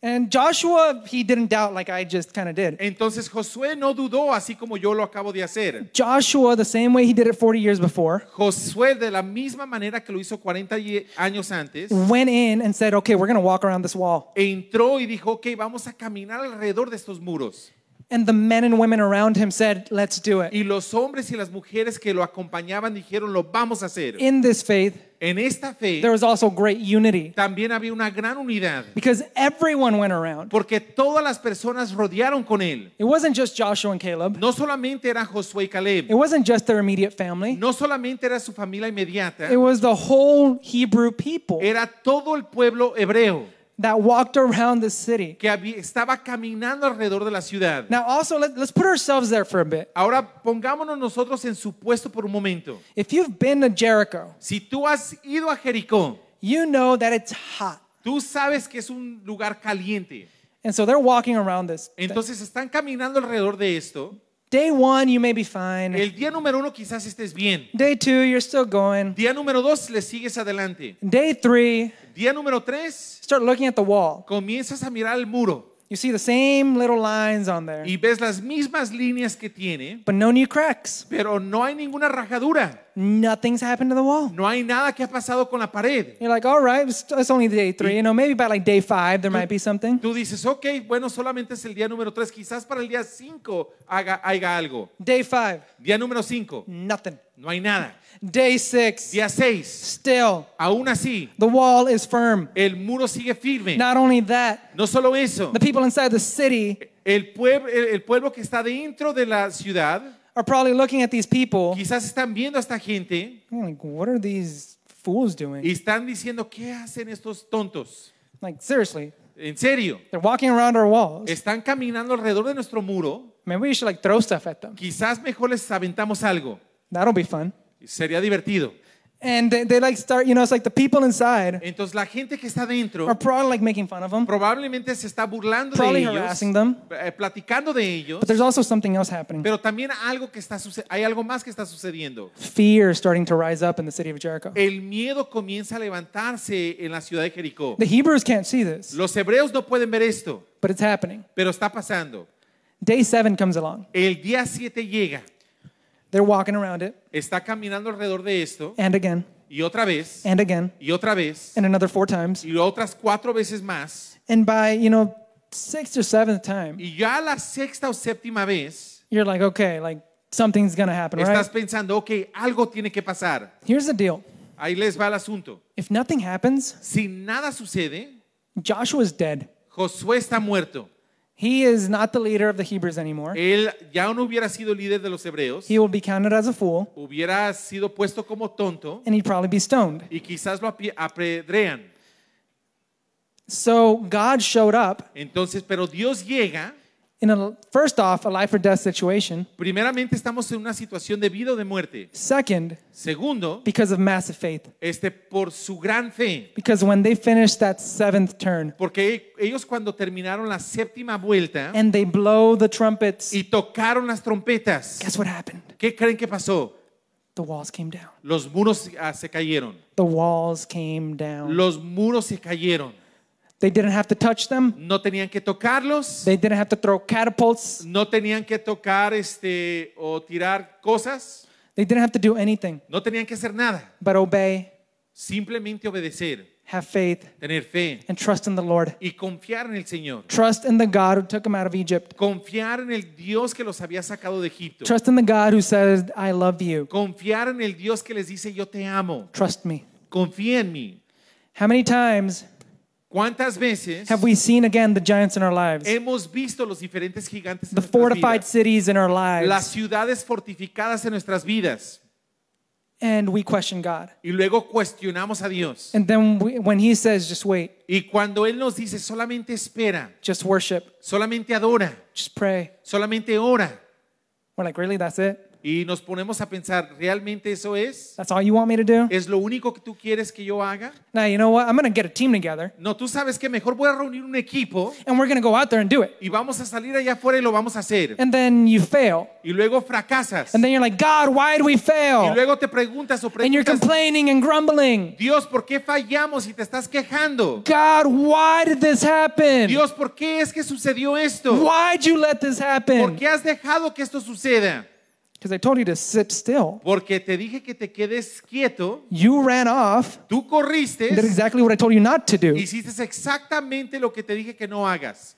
S2: And Joshua, he didn't doubt like I just kind of did.
S3: Entonces Josué no dudó, así como yo lo acabo de hacer.
S2: Joshua, the same way he did it 40 years before,
S3: Josué, de la misma manera que lo hizo 40 ye- años antes,
S2: went in and said, okay, we're going to walk around this wall.
S3: entró y dijo, ok, vamos a caminar alrededor de estos muros.
S2: And the men and women around him said, let's do it.
S3: Y los hombres y las mujeres que lo acompañaban dijeron, lo vamos a hacer.
S2: In this faith,
S3: En esta
S2: there
S3: fe
S2: was also great unity
S3: también había una gran unidad,
S2: because everyone went around.
S3: porque todas las personas rodearon con él.
S2: It wasn't just Joshua and Caleb.
S3: No solamente era Josué y
S2: It
S3: Caleb,
S2: wasn't just their immediate family.
S3: no solamente era su familia inmediata,
S2: It was the whole Hebrew people
S3: era todo el pueblo hebreo
S2: that walked around the city.
S3: que había- estaba caminando alrededor de la ciudad.
S2: Now, also, let, let's put ourselves there for a bit.
S3: Ahora pongámonos nosotros en su puesto por un momento.
S2: If you've been to Jericho,
S3: Si tú has ido a Jericó,
S2: you know that it's hot.
S3: tú sabes que es un lugar caliente.
S2: And so they're walking around this. thing.
S3: Entonces están caminando alrededor de esto.
S2: Day one, you may be fine.
S3: El día número uno quizás estés bien.
S2: Day two, you're still going.
S3: Día número dos le sigues adelante.
S2: Day three,
S3: Día número tres
S2: start looking at the wall.
S3: comienzas a mirar el muro
S2: You see the same little lines on there,
S3: y ves las mismas líneas que tiene,
S2: but no new cracks.
S3: pero no hay ninguna rajadura.
S2: Nothing's happened to the wall.
S3: No hay nada que ha pasado con la pared.
S2: You're like, all right, it's, it's only day three. You know, maybe by like day five, there might be something.
S3: Tú dices, ok, bueno, solamente es el día número tres. Quizás para el día cinco haga, haya algo.
S2: Day five,
S3: Día número cinco,
S2: nothing.
S3: no hay nada.
S2: Day six,
S3: Día seis,
S2: still,
S3: aún así,
S2: the wall is firm.
S3: el muro sigue firme.
S2: Not only that,
S3: No solo eso,
S2: the people inside the city
S3: el, pueblo, el el pueblo que está dentro de la ciudad,
S2: are probably looking at these people.
S3: quizás están viendo a esta gente
S2: Like, what are these fools
S3: y
S2: doing?
S3: están diciendo, ¿qué hacen estos tontos?
S2: Like, seriously,
S3: En serio,
S2: they're walking around our walls.
S3: están caminando alrededor de nuestro muro.
S2: Maybe we should like throw stuff at them.
S3: Quizás mejor les aventamos algo.
S2: That'll be fun.
S3: Sería divertido.
S2: And they, they like start, you know, it's like the people inside
S3: Entonces la gente que está
S2: are
S3: dentro
S2: probably like making fun of them.
S3: probablemente se está burlando de
S2: Probably
S3: ellos,
S2: harassing them.
S3: eh, platicando de ellos,
S2: But there's also something else happening.
S3: pero también algo que está suce- hay algo más que está sucediendo.
S2: Fear is starting to rise up in the city of Jericho.
S3: El miedo comienza a levantarse en la ciudad de Jericó.
S2: The Hebrews can't see this,
S3: Los hebreos no pueden ver esto,
S2: but it's happening.
S3: pero está pasando.
S2: Day seven comes along.
S3: El día 7 llega,
S2: They're walking around it,
S3: está caminando alrededor de esto
S2: and again,
S3: y otra vez
S2: and again,
S3: y otra vez
S2: and another four times.
S3: y otras cuatro veces más
S2: And by, you know, sixth or seventh time,
S3: y ya la sexta o séptima vez
S2: you're like, okay, like something's gonna happen,
S3: estás
S2: right?
S3: pensando, ok, algo tiene que pasar.
S2: Here's the deal
S3: Ahí les va el asunto.
S2: if nothing happens,
S3: Si nada sucede,
S2: Joshua's dead.
S3: Josué está muerto.
S2: He is not the leader of the Hebrews anymore.
S3: Él ya no hubiera sido líder de los hebreos,
S2: He will be counted as a fool,
S3: hubiera sido puesto como tonto
S2: and he'd probably be stoned.
S3: y quizás lo api- apedrean.
S2: So God showed up
S3: Entonces, pero Dios llega.
S2: in a first off a life or death situation.
S3: Primeramente, estamos en una situación de vida o de muerte.
S2: Second,
S3: Segundo,
S2: because of massive faith.
S3: este, por su gran fe.
S2: Because when they finished that seventh turn
S3: Porque ellos cuando terminaron la séptima vuelta
S2: and they blow the trumpets,
S3: y tocaron las trompetas,
S2: guess what happened?
S3: ¿qué creen que pasó?
S2: The walls came down.
S3: Los muros ah, se cayeron.
S2: The walls came down.
S3: Los muros se cayeron.
S2: They didn't have to touch them.
S3: No tenían que tocarlos.
S2: They didn't have to throw catapults.
S3: No tenían que tocar este, o tirar cosas.
S2: They didn't have to do anything
S3: No tenían que hacer nada.
S2: but obey,
S3: Simplemente obedecer,
S2: have faith,
S3: tener fe
S2: and trust in the Lord.
S3: y confiar en el Señor.
S2: Trust in the God who took them out of Egypt.
S3: Confiar en el Dios que los había sacado de Egipto.
S2: Trust in the God who says, I love you.
S3: Confiar en el Dios que les dice yo te amo.
S2: Trust me.
S3: Confía en mí.
S2: How many times
S3: ¿Cuántas veces
S2: have we seen again the giants in our lives?
S3: hemos visto los diferentes gigantes en
S2: The
S3: nuestras
S2: fortified
S3: vidas?
S2: cities in our
S3: Las
S2: lives.
S3: ciudades fortificadas en nuestras vidas.
S2: And we question God.
S3: Y luego cuestionamos a Dios.
S2: And then we, when he says, just wait,
S3: Y cuando Él nos dice solamente espera,
S2: just worship,
S3: solamente adora,
S2: just pray,
S3: solamente ora.
S2: we're like, really? That's it?
S3: Y nos ponemos a pensar, ¿realmente eso es?
S2: That's all you want me to do?
S3: ¿Es lo único que tú quieres que yo haga?
S2: Now, you know what? I'm going to get a team together
S3: No, tú sabes que mejor voy a reunir un equipo
S2: and we're going to go out there and do it.
S3: y vamos a salir allá afuera y lo vamos a hacer.
S2: And then you fail.
S3: Y luego fracasas.
S2: And then you're like, God, why did we
S3: Y
S2: fail?
S3: luego te preguntas o
S2: And you're
S3: preguntas,
S2: complaining and grumbling.
S3: Dios, ¿por qué fallamos y te estás quejando?
S2: God, why did this happen?
S3: Dios, ¿por qué es que sucedió esto?
S2: Why'd you let this
S3: ¿Por
S2: happen?
S3: qué has dejado que esto suceda?
S2: Because I told you to sit still.
S3: Porque te dije que te quedes quieto,
S2: You ran off
S3: tú
S2: and did
S3: corriste,
S2: exactly what I told you not to do.
S3: hiciste exactamente lo que te dije que no hagas.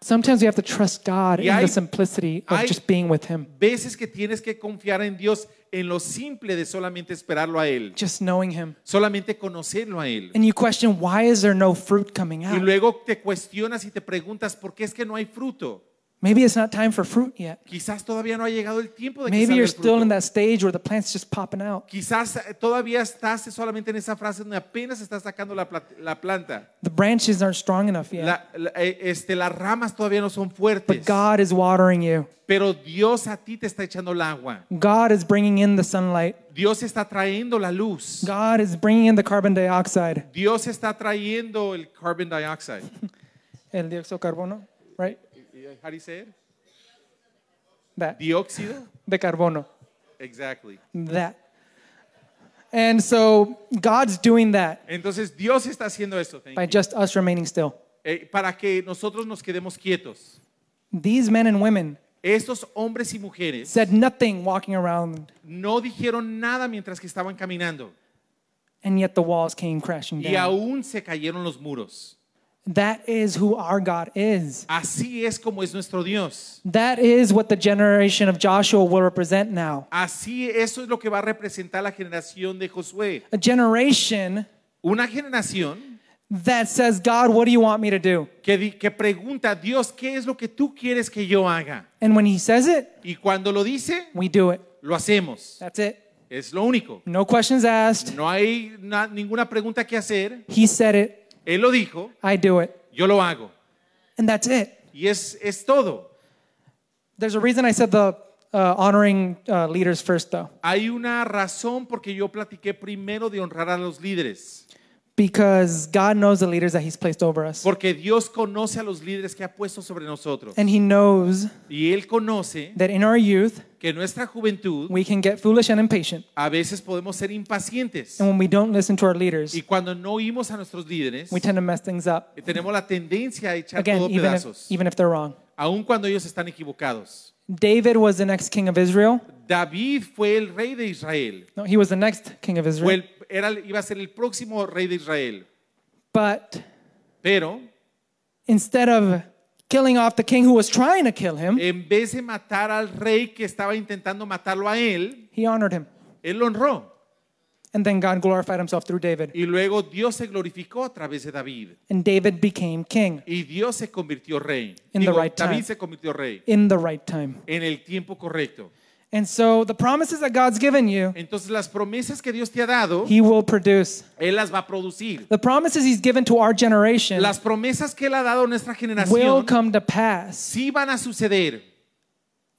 S2: Sometimes you have to trust God
S3: Y
S2: in
S3: hay-
S2: the simplicity of
S3: hay-
S2: just being with Him,
S3: Veces que tienes que confiar en Dios en lo simple de solamente esperarlo a Él,
S2: just knowing Him.
S3: solamente conocerlo a Él.
S2: And you question, why is there no fruit coming
S3: Y
S2: out?
S3: luego te cuestionas y te preguntas por qué es que no hay fruto.
S2: Maybe it's not time for fruit yet.
S3: Quizás todavía no ha llegado el tiempo de que
S2: Maybe
S3: salga
S2: you're
S3: el
S2: still in
S3: fruto.
S2: that stage where the plant's just popping out.
S3: Quizás eh, todavía estás solamente en esa frase donde apenas estás sacando la, pla- la planta.
S2: The branches aren't strong enough yet.
S3: La- la- eh, este, las ramas todavía no son fuertes.
S2: But God is watering you.
S3: Pero Dios a ti te está echando el agua.
S2: God is bringing in the sunlight.
S3: Dios está trayendo la luz.
S2: God is bringing in the carbon dioxide.
S3: Dios está trayendo el carbon dioxide.
S2: El dióxido carbono, right?
S3: How do you say it?
S2: That.
S3: Dióxido.
S2: De carbono.
S3: Exactly.
S2: That. And so God's doing that
S3: Entonces Dios está haciendo esto. thank
S2: by
S3: you.
S2: just us remaining still.
S3: Eh, para que nosotros nos quedemos quietos.
S2: These men and women
S3: Estos hombres y mujeres
S2: said nothing walking around,
S3: no dijeron nada mientras que estaban caminando
S2: and yet the walls came crashing
S3: y
S2: down.
S3: aún se cayeron los muros.
S2: That is who our God is.
S3: Así es como es nuestro Dios.
S2: That is what the generation of Joshua will represent now.
S3: Así eso es lo que va a representar la generación de Josué.
S2: A generation
S3: Una generación
S2: that says, God, what do you want me to do?
S3: que, di- que pregunta a Dios, ¿qué es lo que tú quieres que yo haga?
S2: And when he says it,
S3: Y cuando lo dice,
S2: we do it.
S3: lo hacemos.
S2: That's it.
S3: Es lo único.
S2: No questions asked.
S3: No hay na- ninguna pregunta que hacer.
S2: He said it.
S3: Él lo dijo,
S2: I do it.
S3: yo lo hago.
S2: And that's it.
S3: Y es, es todo.
S2: There's a reason I said the uh, honoring uh, leaders first, though,
S3: Hay una razón porque yo platiqué primero de honrar a los líderes.
S2: because God knows the leaders that He's placed over us.
S3: Porque Dios conoce a los líderes que ha puesto sobre nosotros.
S2: And He knows
S3: Y Él conoce
S2: that in our youth,
S3: que nuestra juventud
S2: we can get foolish and impatient.
S3: a veces podemos ser impacientes.
S2: And when we don't listen to our leaders,
S3: Y cuando no oímos a nuestros líderes,
S2: we tend to mess things up.
S3: tenemos la tendencia a echar
S2: Again,
S3: todo
S2: even if,
S3: pedazos,
S2: even if they're wrong.
S3: aun cuando ellos están equivocados.
S2: David was the next king of Israel.
S3: David fue el rey de Israel.
S2: No, he was the next king of
S3: Fue
S2: Israel.
S3: el- era, iba a ser el próximo rey de Israel.
S2: But
S3: Pero
S2: instead of killing off the king who was trying to kill him,
S3: en vez de matar al rey que estaba intentando matarlo a él,
S2: he honored him.
S3: él lo honró.
S2: And then God glorified himself through David.
S3: Y luego Dios se glorificó a través de David.
S2: And David became king
S3: Y Dios se convirtió rey.
S2: In the
S3: Digo,
S2: right
S3: David
S2: time.
S3: se convirtió rey
S2: in the right time.
S3: en el tiempo correcto.
S2: And so the promises that God's given you,
S3: Entonces las promesas que Dios te ha dado,
S2: he will produce.
S3: Él las va a producir.
S2: The promises he's given to our generation
S3: Las promesas que Él ha dado a nuestra
S2: will
S3: generación
S2: come to pass
S3: sí van a suceder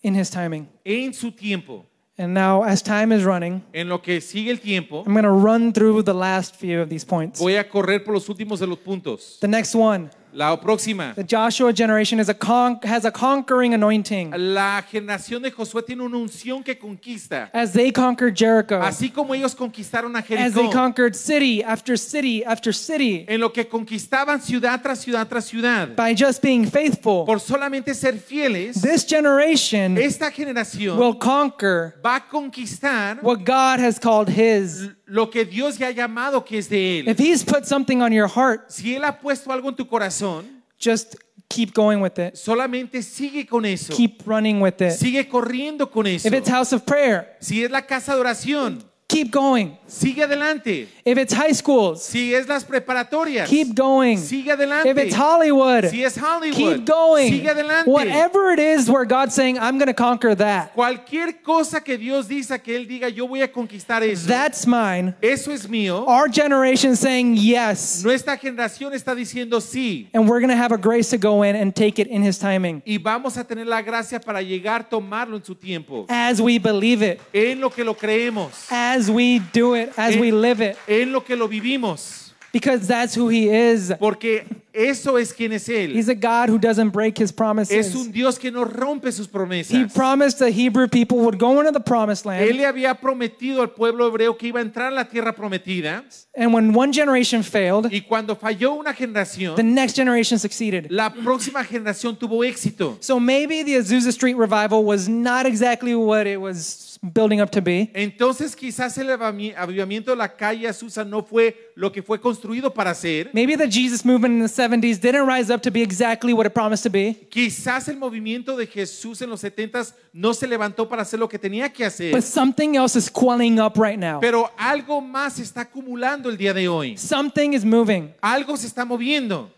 S2: in his timing.
S3: en su tiempo.
S2: And now, as time is running,
S3: En lo que sigue el tiempo,
S2: I'm going to run through the last few of these points.
S3: voy a correr por los últimos de los puntos.
S2: The next one
S3: La próxima.
S2: the Joshua generation is a con- has a conquering anointing.
S3: La generación de Josué tiene una unción que conquista.
S2: As they conquered Jericho,
S3: Así como ellos conquistaron a
S2: as they
S3: Jericó,
S2: conquered city after city after city,
S3: en lo que conquistaban ciudad tras ciudad tras ciudad,
S2: by just being faithful,
S3: por solamente ser fieles,
S2: this generation
S3: esta generación
S2: will conquer
S3: va a conquistar
S2: what God has called His.
S3: lo que Dios ya ha llamado que es de
S2: If
S3: Él.
S2: He's put something on your heart,
S3: Si Él ha puesto algo en tu corazón,
S2: just keep going with it.
S3: solamente sigue con eso.
S2: Keep running with it.
S3: Sigue corriendo con eso.
S2: If it's house of prayer,
S3: Si es la casa de oración,
S2: Keep going.
S3: Sigue adelante.
S2: If it's high schools,
S3: Si es las preparatorias,
S2: keep going.
S3: sigue adelante.
S2: If it's Hollywood,
S3: si es Hollywood,
S2: keep going.
S3: sigue adelante.
S2: Whatever it is where God's saying, I'm going to conquer that.
S3: Cualquier cosa que Dios dice que Él diga, yo voy a conquistar eso.
S2: That's mine.
S3: eso es mío.
S2: Our generation saying yes.
S3: Nuestra generación está diciendo sí.
S2: And we're going to have a grace to go in and take it in His timing
S3: Y vamos a tener la gracia para llegar a tomarlo en su tiempo.
S2: as we believe it,
S3: En lo que lo creemos.
S2: as we do it, as we live it,
S3: En lo que lo vivimos.
S2: because that's who He is.
S3: Porque eso es quien es Él.
S2: He's a God who doesn't break His
S3: Es un
S2: promises.
S3: Dios que no rompe sus
S2: He
S3: promesas.
S2: promised the Hebrew people would go into the promised
S3: Él
S2: land.
S3: le había prometido al pueblo hebreo que iba a entrar a la tierra prometida.
S2: And when one generation failed,
S3: Y cuando falló una
S2: the
S3: generación,
S2: next generation succeeded.
S3: la próxima generación tuvo éxito.
S2: So maybe the Azusa Street revival was not exactly what it was building up to be.
S3: Entonces quizás el avami- avivamiento de la calle Azusa no fue lo que fue construido para ser.
S2: Maybe the Jesus movement in the 70s didn't rise up to be exactly what it promised to be.
S3: Quizás el movimiento de Jesús en los 70 no se levantó para hacer lo que tenía que hacer.
S2: But something else is quelling up right now.
S3: Pero algo más se está acumulando el día de hoy.
S2: Something is moving.
S3: Algo se está moviendo.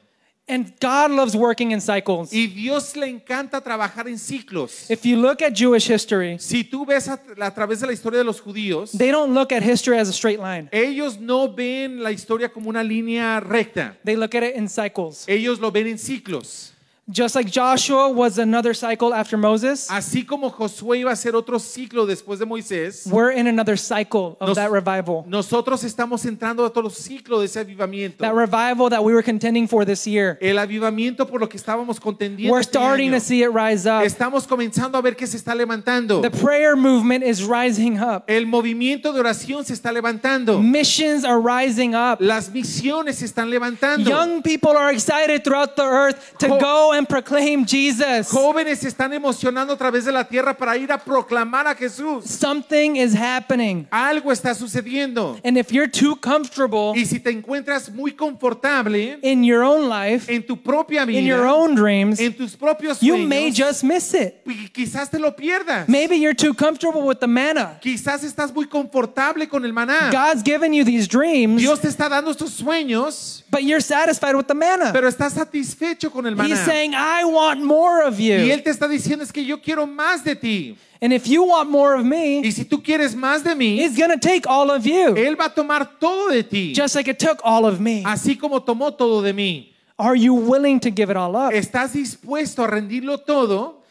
S2: And God loves working in cycles.
S3: Y Dios le encanta trabajar en ciclos.
S2: If you look at Jewish history,
S3: Si tú ves a, a través de la historia de los judíos,
S2: they don't look at history as a straight line.
S3: ellos no ven la historia como una línea recta.
S2: They look at it in cycles.
S3: Ellos lo ven en ciclos.
S2: Just like Joshua was another cycle after Moses,
S3: Así como Josué iba a hacer otro ciclo después de Moisés,
S2: we're in another cycle of
S3: Nos-
S2: that revival.
S3: Nosotros estamos entrando a otro ciclo de ese avivamiento.
S2: That revival that we were contending for this year.
S3: El avivamiento por lo que estábamos contendiendo.
S2: We're
S3: este
S2: starting
S3: año.
S2: to see it rise up.
S3: Estamos comenzando a ver que se está levantando.
S2: The prayer movement is rising up.
S3: El movimiento de oración se está levantando.
S2: Missions are rising up.
S3: Las misiones se están levantando.
S2: Young people are excited throughout the earth to
S3: Jo-
S2: go and proclaim Jesus.
S3: Jóvenes se están emocionando a través de la tierra para ir a proclamar a Jesús.
S2: Something is happening.
S3: Algo está sucediendo.
S2: And if you're too comfortable
S3: Y si te encuentras muy confortable
S2: in your own life,
S3: en tu propia vida,
S2: in your own dreams,
S3: en tus propios
S2: you
S3: sueños,
S2: may just miss it.
S3: qui- quizás te lo pierdas.
S2: Maybe you're too comfortable with the manna.
S3: Quizás estás muy confortable con el maná.
S2: God's given you these dreams,
S3: Dios te está dando estos sueños,
S2: but you're satisfied with the manna.
S3: pero estás satisfecho con el maná.
S2: He's saying, I want more of
S3: y
S2: you.
S3: él te está diciendo es que yo quiero más de ti.
S2: And if you want more of me,
S3: Y si tú quieres más de mí,
S2: He's going to take all of you,
S3: él Ah. va a tomar todo de ti,
S2: just like it took all of me.
S3: así como tomó todo de mí.
S2: Are you willing to give it all up?
S3: ¿Estás dispuesto a rendirlo todo?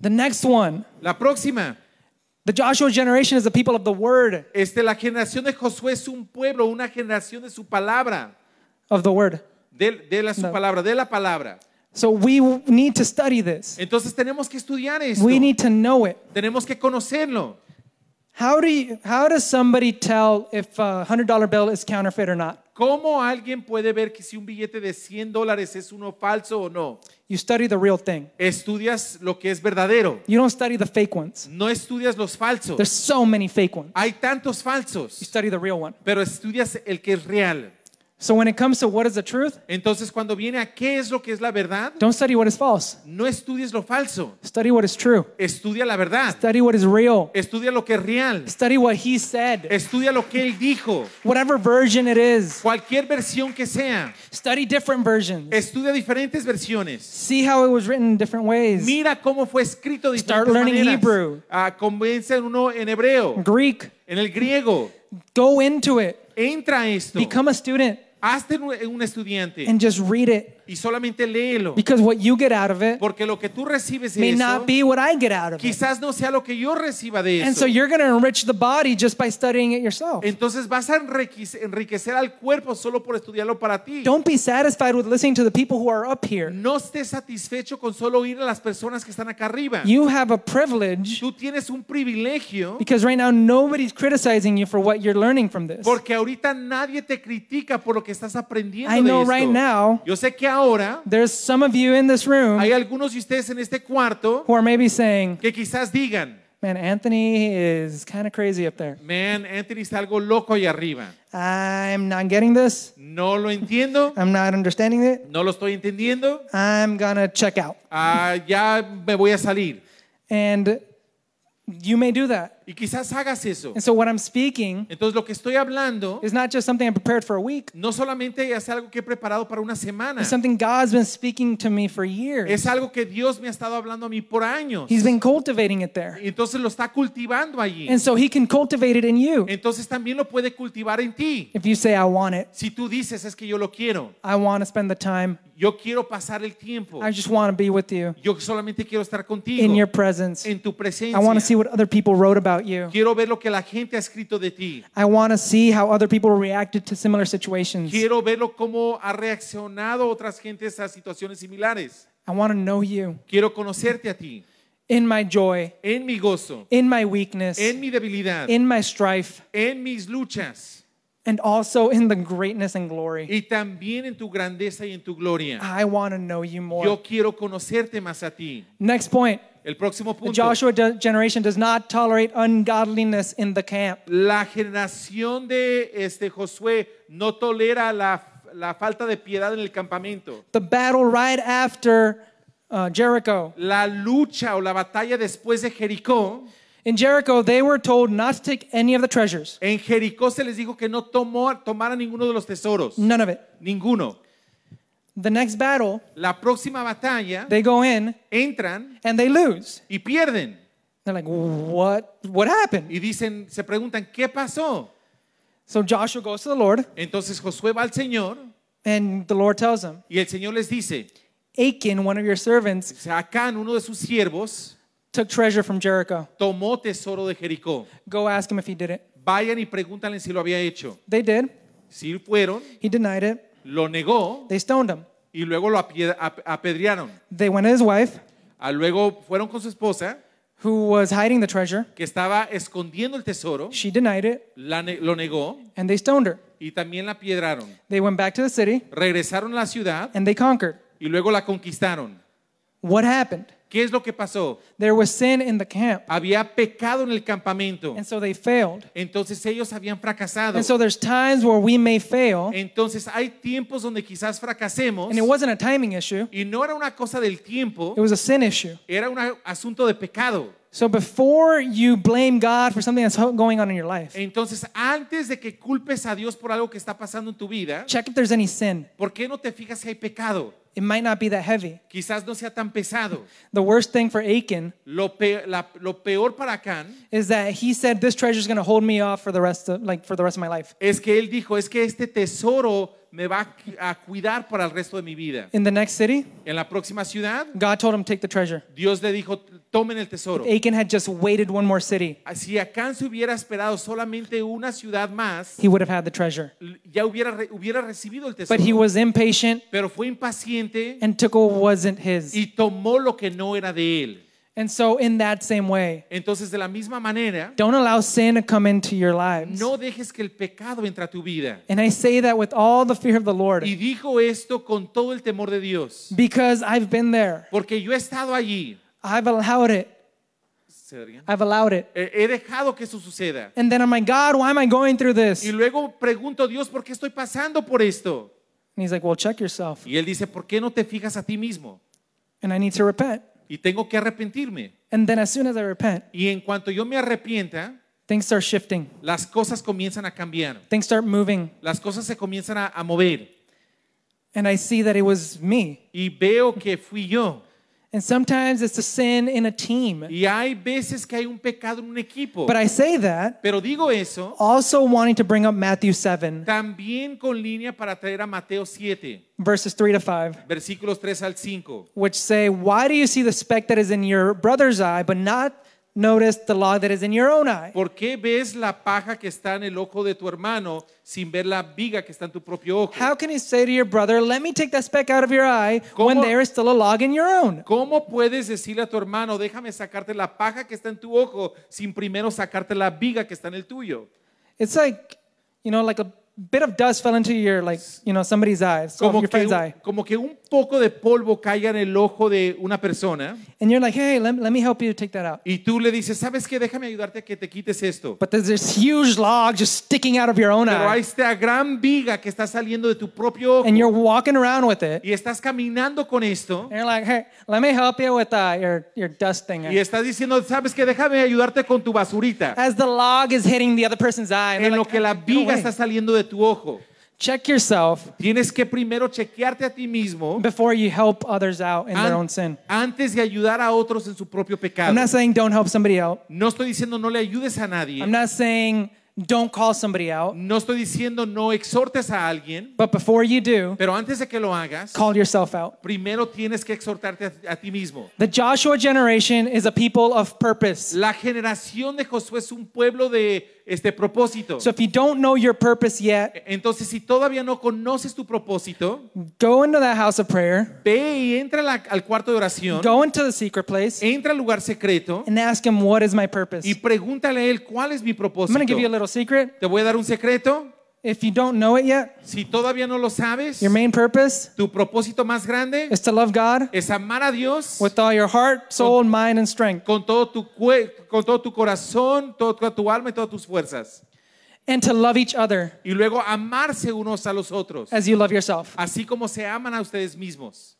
S2: The next one,
S3: La próxima.
S2: the Joshua generation is the people of the word,
S3: Este, la generación de Josué es un pueblo, una generación de su palabra,
S2: of the word.
S3: de, de la su
S2: No.
S3: palabra, de la palabra.
S2: So we w- need to study this.
S3: Entonces tenemos que estudiar esto.
S2: We need to know it.
S3: tenemos que conocerlo.
S2: How do you, how does somebody tell if a hundred dollar bill is counterfeit or not?
S3: ¿Cómo alguien puede ver que si un billete de 100 dólares es uno falso o no?
S2: You study the real thing.
S3: Estudias lo que es verdadero,
S2: You don't study the fake ones.
S3: no estudias los falsos.
S2: There's so many fake ones.
S3: Hay tantos
S2: You
S3: falsos,
S2: study the real one.
S3: pero estudias el que es real.
S2: So when it comes to what is the truth,
S3: Entonces, cuando viene a qué es lo que es la verdad,
S2: don't study what is false.
S3: no estudies lo falso,
S2: Study what is true.
S3: estudia la verdad,
S2: Study what is real.
S3: estudia lo que es real,
S2: Study what he said.
S3: estudia lo que él dijo,
S2: Whatever version it is,
S3: cualquier versión que sea,
S2: study different versions.
S3: estudia diferentes versiones.
S2: See how it was written in different ways.
S3: Mira cómo fue escrito de
S2: Start
S3: diferentes
S2: learning
S3: maneras.
S2: Hebrew.
S3: Ah, convence uno en hebreo,
S2: Greek.
S3: en el griego.
S2: Go into it.
S3: Entra a esto.
S2: Become a student
S3: Hazte un un estudiante
S2: and just read it
S3: y solamente léelo.
S2: because what you get out of it
S3: Porque lo que tú recibes de
S2: may
S3: eso
S2: not be what I get out of it.
S3: quizás no sea lo que yo reciba de
S2: And
S3: eso.
S2: so you're going to enrich the body just by studying it yourself.
S3: Entonces vas a enriquecer, enriquecer al cuerpo solo por estudiarlo para ti.
S2: Don't be satisfied with listening to the people who are up here.
S3: No estés satisfecho con solo oír a las personas que están acá arriba.
S2: You have a privilege
S3: Tú tienes un privilegio
S2: because right now nobody's criticizing you for what you're learning from this.
S3: porque ahorita nadie te critica por lo que estás aprendiendo
S2: I
S3: de
S2: know
S3: esto.
S2: right now-
S3: yo sé que ahora
S2: There's some of you in this room
S3: hay algunos de ustedes en este cuarto
S2: who are maybe saying,
S3: que quizás digan,
S2: man, Anthony is kind of crazy up there.
S3: man, Anthony está algo loco ahí arriba.
S2: I'm not getting this.
S3: No lo entiendo,
S2: I'm not understanding it.
S3: no lo estoy entendiendo,
S2: I'm going to check out.
S3: ah, ya me voy a salir.
S2: And you may do that.
S3: Y quizás hagas eso.
S2: And so what I'm speaking
S3: Entonces lo que estoy hablando
S2: is not just something I prepared for a week.
S3: no solamente es algo que he preparado para una semana,
S2: It's something God's been speaking to me for years.
S3: es algo que Dios me ha estado hablando a mí por años.
S2: He's been cultivating it there.
S3: Y Entonces lo está cultivando allí.
S2: And so he can cultivate it in you.
S3: Entonces también lo puede cultivar en ti.
S2: If you say, I want it,
S3: Si tú dices, es que yo lo quiero,
S2: I want to spend the time,
S3: yo quiero pasar el tiempo,
S2: I just want to be with you
S3: yo solamente quiero estar
S2: in your
S3: contigo,
S2: presence.
S3: en tu
S2: I want to see
S3: presencia.
S2: what other people wrote about you.
S3: Quiero ver lo que la gente ha escrito de ti.
S2: I want to see how other people reacted to similar situations.
S3: Quiero verlo cómo ha reaccionado otras gentes a situaciones similares.
S2: I want to know you
S3: Quiero conocerte a ti,
S2: in my joy,
S3: en mi gozo,
S2: in my weakness,
S3: en mi debilidad,
S2: in my strife,
S3: en mis luchas
S2: and also in the greatness and glory.
S3: y también en tu grandeza y en tu gloria.
S2: I want to know you more.
S3: Yo quiero conocerte más a ti.
S2: Next point
S3: El próximo
S2: the
S3: punto.
S2: Joshua de- generation does not tolerate ungodliness in the camp.
S3: La generación de este Josué no tolera la, la falta de piedad en el campamento.
S2: The battle right after uh, Jericho.
S3: La lucha o la batalla después de Jericó,
S2: In Jericho, they were told not to take any of the treasures,
S3: en Jericó se les dijo que no tomó, tomara ninguno de los tesoros.
S2: none of it.
S3: Ninguno.
S2: The next battle,
S3: La próxima batalla
S2: they go in
S3: entran
S2: and they lose.
S3: y pierden.
S2: They're like, what? What happened?
S3: Y dicen, se preguntan, ¿qué pasó?
S2: So Joshua goes to the Lord,
S3: Entonces Josué va al Señor
S2: and the Lord tells him,
S3: Y el Señor les dice,
S2: Achan, one of your servants,
S3: Acán, uno de sus siervos,
S2: took treasure from Jericho.
S3: tomó tesoro de Jericó.
S2: Go ask him if he did it.
S3: Vayan y pregúntale si lo había hecho.
S2: They did.
S3: Si fueron,
S2: He denied it.
S3: lo negó
S2: They stoned him.
S3: y luego lo apie- ap- apedrearon.
S2: They went to his wife,
S3: Ah, Luego fueron con su esposa,
S2: who was hiding the treasure.
S3: que estaba escondiendo el tesoro,
S2: She denied it,
S3: la ne- lo negó
S2: and they stoned her.
S3: y también la apiedraron.
S2: They went back to the city,
S3: Regresaron a la ciudad
S2: and they conquered.
S3: y luego la conquistaron.
S2: What happened?
S3: ¿Qué es lo que pasó?
S2: There was sin in the camp,
S3: Había pecado en el campamento.
S2: and so they failed.
S3: Entonces ellos habían fracasado.
S2: And so there's times where we may fail,
S3: Entonces hay tiempos donde quizás fracasemos.
S2: and it wasn't a timing issue,
S3: Y no era una cosa del tiempo,
S2: it was a sin issue.
S3: era un asunto de pecado.
S2: So before you blame God for something that's going on in your life,
S3: Entonces, antes de que culpes a Dios por algo que está pasando en tu vida,
S2: check if there's any sin.
S3: ¿por qué no te fijas si hay pecado?
S2: It might not be that heavy.
S3: Quizás no sea tan pesado.
S2: The worst thing for Achan
S3: Lo peor, lo peor para Acán
S2: is that he said this treasure is going to hold me off for the rest of like for the rest of my life.
S3: es que él dijo, es que este tesoro me va a cu- a cuidar para el resto de mi vida.
S2: In the next city,
S3: En la próxima ciudad,
S2: God told him take the treasure.
S3: Dios le dijo, tomen el tesoro.
S2: Achan had just waited one more city.
S3: Si Acán se hubiera esperado solamente una ciudad más,
S2: He would have had the treasure.
S3: ya hubiera, re- hubiera recibido el
S2: But he
S3: tesoro.
S2: was impatient
S3: Pero fue impaciente
S2: and took what wasn't his.
S3: y tomó lo que no era de él.
S2: And so in that same way,
S3: Entonces, de la misma manera,
S2: don't allow sin to come into your lives.
S3: no dejes que el pecado entre a tu vida.
S2: And I say that with all the fear of the
S3: Y
S2: Lord
S3: dijo esto con todo el temor de Dios,
S2: because I've been there.
S3: porque yo he estado allí.
S2: I've allowed it.
S3: ¿Se ríen?
S2: I've allowed it.
S3: Eh, He dejado que eso suceda.
S2: And then I'm like, God, why am I going through this?
S3: Y
S2: And
S3: luego pregunto a Dios, ¿por qué estoy pasando por esto?
S2: he's like, well, check yourself.
S3: Y él dice, ¿por qué no te fijas a ti mismo?
S2: And I need to repent.
S3: Y tengo que arrepentirme.
S2: And then as soon as I repent,
S3: Y en cuanto yo me arrepienta,
S2: things start shifting.
S3: las cosas comienzan a cambiar.
S2: Things start moving.
S3: Las cosas se comienzan a, a mover.
S2: And I see that it was me.
S3: Y veo que fui yo.
S2: And sometimes it's a sin in a team.
S3: Y hay veces que hay un pecado en un equipo.
S2: But I say that
S3: Pero digo eso
S2: also wanting to bring up Matthew 7,
S3: también con línea para traer a Mateo 7,
S2: verses 3 to 5,
S3: versículos 3 al 5,
S2: which say, Why do you see the speck that is in your brother's eye, but not notice the log that is in your own eye?
S3: ¿Por qué ves la paja que está en el ojo de tu hermano sin ver la viga que está en tu propio ojo?
S2: How can you say to your brother, Let me take that speck out of your eye, when
S3: ¿Cómo?
S2: there is still a log in your own?
S3: ¿Cómo puedes decirle a tu hermano, déjame sacarte la paja que está en tu ojo sin primero sacarte la viga que está en el tuyo?
S2: It's like, you know, like a bit of dust fell into your like you know somebody's eye, so
S3: Como
S2: your
S3: que,
S2: friend's
S3: un,
S2: eye,
S3: como que un poco de polvo caiga en el ojo de una persona
S2: and you're like, hey, let, let me help you take that out.
S3: y tú le dices, ¿sabes qué? Déjame ayudarte a que te quites esto.
S2: But there's this huge log just sticking out of your own
S3: Pero hay
S2: eye,
S3: esta gran viga que está saliendo de tu propio ojo
S2: and you're walking around with it,
S3: y estás caminando con esto
S2: and you're like, hey, let me help you with uh, your your dust thing.
S3: y estás diciendo, ¿sabes qué? Déjame ayudarte con tu basurita.
S2: As the log is hitting the other person's eye, and
S3: En
S2: they're
S3: lo
S2: like,
S3: que la
S2: "Get away."
S3: viga está saliendo de tu ojo.
S2: check yourself
S3: Tienes que primero chequearte a ti mismo
S2: before you help others out in
S3: an-
S2: their own sin.
S3: antes de ayudar a otros en su propio pecado.
S2: I'm not saying don't help somebody out.
S3: No estoy diciendo no le ayudes a nadie.
S2: I'm not saying don't call somebody out.
S3: No estoy diciendo no exhortes a alguien,
S2: But before you do,
S3: pero antes de que lo hagas,
S2: call yourself out.
S3: primero tienes que exhortarte a, a ti mismo.
S2: The Joshua generation is a people of purpose.
S3: La generación de Josué es un pueblo de este propósito.
S2: So if you don't know your purpose yet,
S3: Entonces, si todavía no conoces tu propósito,
S2: go into that house of prayer,
S3: ve y entra a la- al cuarto de oración,
S2: go into the secret place,
S3: entra al lugar secreto
S2: and ask Him, What is my purpose?
S3: y pregúntale a él cuál es mi
S2: I'm
S3: propósito.
S2: going to give you a little secret.
S3: Te voy a dar un secreto.
S2: If you don't know it yet,
S3: Si todavía no lo sabes,
S2: your main purpose
S3: tu propósito más grande
S2: is to love God
S3: es amar a Dios
S2: with all your heart, soul, mind, and strength,
S3: con todo tu cue- con todo tu corazón, todo- toda tu alma y todas tus fuerzas.
S2: and to love each other
S3: Y luego amarse unos a los otros,
S2: as you love yourself.
S3: así como se aman a ustedes mismos.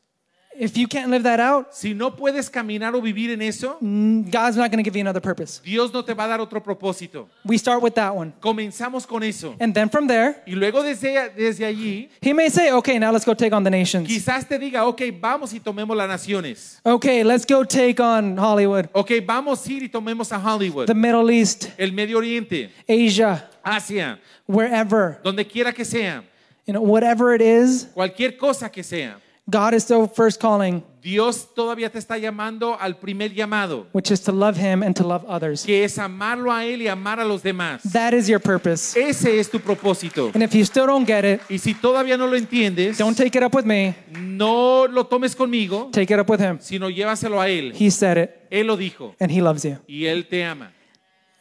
S2: If you can't live that out,
S3: Si no puedes caminar o vivir en eso,
S2: God's not going to give you another purpose.
S3: Dios no te va a dar otro propósito.
S2: We start with that one.
S3: Comenzamos con eso.
S2: And then from there,
S3: Y luego desde, desde allí,
S2: He may say, Okay, now let's go take on the nations.
S3: quizás te diga, ok, vamos y tomemos las naciones.
S2: Okay, let's go take on Hollywood,
S3: Ok, vamos a ir y tomemos a Hollywood,
S2: the Middle East,
S3: el Medio Oriente,
S2: Asia,
S3: Asia,
S2: wherever.
S3: donde quiera que sea,
S2: You know, whatever it is,
S3: cualquier cosa que sea.
S2: God is still first calling,
S3: Dios todavía te está llamando al primer llamado,
S2: which is to love Him and to love others.
S3: que es amarlo a Él y amar a los demás.
S2: That is your purpose.
S3: Ese es tu propósito.
S2: And if you still don't get it,
S3: Y si todavía no lo entiendes,
S2: don't take it up with me,
S3: no lo tomes conmigo,
S2: take it up with Him.
S3: sino llévaselo a Él.
S2: He said it,
S3: Él lo dijo
S2: and He loves you.
S3: y Él te ama.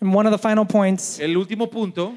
S2: And one of the final points
S3: El último punto,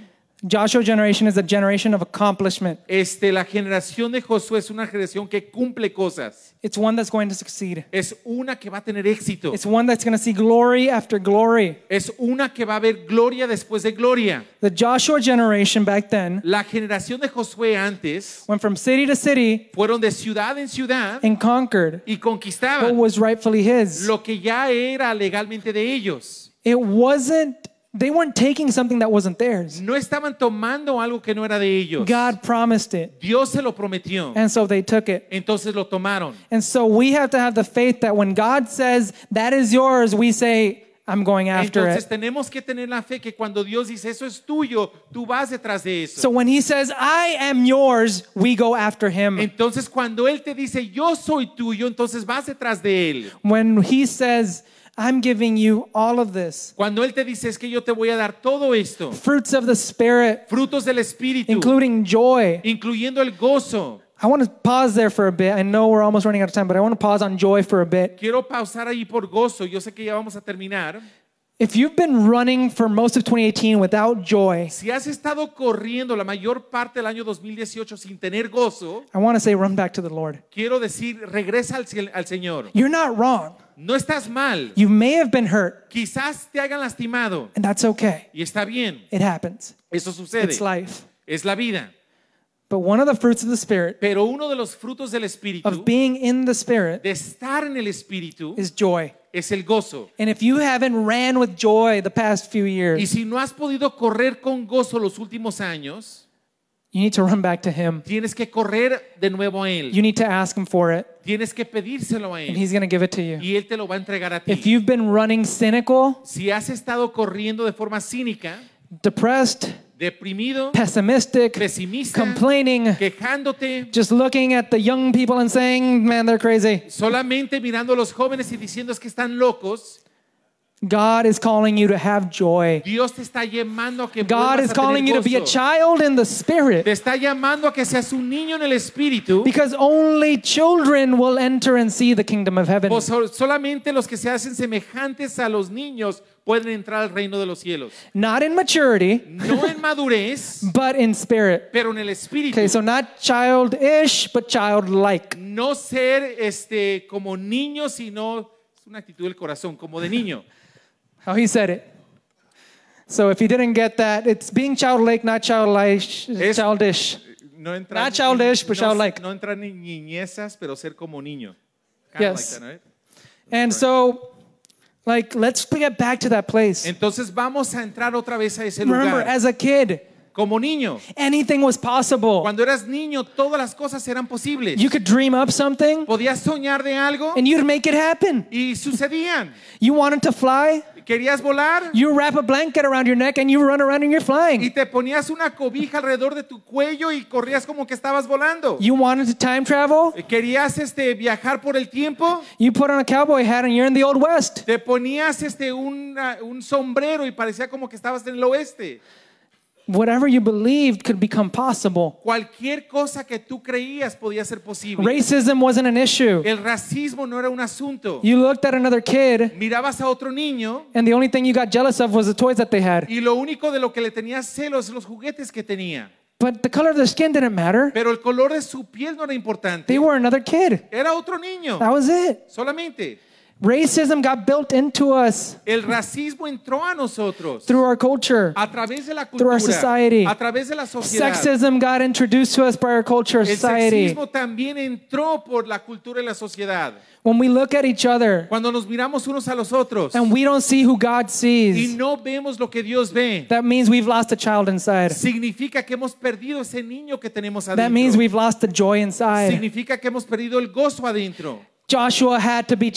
S2: Joshua generation is a generation of accomplishment,
S3: este, la generación de Josué es una generación que cumple cosas.
S2: it's one that's going to succeed.
S3: Es una que va a tener éxito.
S2: It's one that's going to see glory after glory.
S3: Es una que va a haber gloria después de gloria.
S2: The Joshua generation back then
S3: La generación de Josué antes
S2: went from city to city
S3: fueron de ciudad en ciudad
S2: and conquered
S3: y
S2: what
S3: conquistaban
S2: was rightfully his.
S3: lo que ya era legalmente de ellos.
S2: It wasn't, they weren't taking something that wasn't theirs.
S3: No estaban tomando algo que no era de ellos.
S2: God promised it,
S3: Dios se lo prometió.
S2: and so they took it.
S3: Entonces lo tomaron.
S2: And so we have to have the faith that when God says, that is yours, we say, I'm going after
S3: Entonces
S2: it.
S3: tenemos que tener la fe que cuando Dios dice eso es tuyo, tú vas detrás de
S2: So
S3: eso.
S2: when he says, I am yours, we go after him.
S3: Entonces cuando Él te dice yo soy tuyo, entonces vas detrás de Él.
S2: When he says, I'm giving you all of this,
S3: Cuando Él te dice es que yo te voy a dar todo esto,
S2: fruits of the Spirit,
S3: frutos del Espíritu,
S2: including joy.
S3: incluyendo el gozo.
S2: I want to pause there for a bit. I know we're almost running out of time, but I want to pause on joy for a bit.
S3: Quiero pausar ahí por gozo. Yo sé que ya vamos a terminar.
S2: If you've been running for most of 2018 without joy,
S3: Si has estado corriendo la mayor parte del año 2018 sin tener gozo,
S2: I want to say run back to the Lord.
S3: quiero decir, regresa al, ciel- al Señor.
S2: You're not wrong.
S3: No estás mal.
S2: You may have been hurt,
S3: Quizás te hayan lastimado.
S2: and that's okay.
S3: Y está bien.
S2: It happens.
S3: Eso sucede.
S2: It's life.
S3: Es la vida.
S2: But one of the fruits of the Spirit,
S3: Pero uno de los frutos del Espíritu,
S2: of being in the Spirit,
S3: de estar en el Espíritu,
S2: is joy.
S3: es el gozo.
S2: And if you haven't ran with joy the past few
S3: Y
S2: years,
S3: si no has podido correr con gozo los últimos años,
S2: you need to run back to Him.
S3: tienes que correr de nuevo a Él.
S2: You need to ask Him for it,
S3: Tienes que pedírselo a
S2: and
S3: Él.
S2: He's going to give it to you.
S3: Y Él te lo va a entregar a
S2: If
S3: ti.
S2: you've been running cynical,
S3: Si has estado corriendo de forma cínica,
S2: depressed,
S3: deprimido,
S2: pessimistic,
S3: pesimista,
S2: complaining,
S3: quejándote,
S2: just looking at the young people and saying, man, they're crazy.
S3: solamente mirando a los jóvenes y diciendo es que están locos,
S2: God is calling you to have joy.
S3: Dios te está llamando a que
S2: God
S3: vuelvas
S2: is
S3: a tener
S2: calling you to be a
S3: gozo.
S2: child in the
S3: Te
S2: Spirit
S3: está llamando a que seas un niño en el espíritu.
S2: because only children will enter and see the kingdom of heaven.
S3: O so- solamente los que se hacen semejantes a los niños pueden entrar al reino de los cielos.
S2: Not in maturity,
S3: No en madurez,
S2: but in spirit.
S3: pero en el espíritu.
S2: Okay, so not childish, but childlike.
S3: No ser este como niño, sino es una actitud del corazón, como de niño.
S2: How he said it. So if you didn't get that, it's being childlike, not childish.
S3: Es-
S2: childish.
S3: No entrar,
S2: Not childish, but
S3: no,
S2: childlike.
S3: no entrar en niñezas, pero ser como niño.
S2: Yes.
S3: that, right?
S2: And so, like, let's get back to that place.
S3: Entonces vamos a entrar otra vez a ese
S2: Remember,
S3: lugar.
S2: as a kid,
S3: Como niño.
S2: anything was possible.
S3: Cuando eras niño, todas las cosas eran posibles.
S2: You could dream up something
S3: Podías soñar de algo
S2: and you'd make it happen.
S3: y sucedían.
S2: You wanted to fly,
S3: Querías volar
S2: you wrap a blanket around your neck and you run around and you're
S3: y
S2: flying.
S3: te ponías una cobija alrededor de tu cuello y corrías como que estabas volando.
S2: You wanted to time travel,
S3: Querías este, viajar por el tiempo,
S2: you put on a cowboy hat and you're in the Old West.
S3: te ponías este, una- un sombrero y parecía como que estabas en el oeste.
S2: Whatever you believed could become possible.
S3: Cualquier cosa que tú creías podía ser posible.
S2: Racism wasn't an issue.
S3: El racismo no era un asunto.
S2: You looked at another kid
S3: Mirabas a otro niño
S2: and the only thing you got jealous of was the toys that they had.
S3: y lo único de lo que le tenías celos los juguetes que tenía.
S2: But the color of their skin didn't matter.
S3: Pero el color de su piel no era
S2: They
S3: importante.
S2: were another kid.
S3: Era otro niño.
S2: That was it.
S3: Solamente.
S2: Racism got built into us
S3: El racismo entró a nosotros
S2: through our culture.
S3: a través de la
S2: Through our society.
S3: cultura, a través de la sociedad.
S2: Sexism got introduced to us by our culture,
S3: El
S2: society.
S3: sexismo también entró por la cultura y la sociedad.
S2: When we look at each other
S3: Cuando nos miramos unos a los otros
S2: and we don't see who God
S3: y
S2: sees,
S3: no vemos lo que Dios ve,
S2: that means we've lost a child inside.
S3: significa que hemos perdido ese niño que tenemos
S2: That means
S3: adentro.
S2: we've lost the joy inside.
S3: Significa que hemos perdido el gozo adentro.
S2: Joshua had to be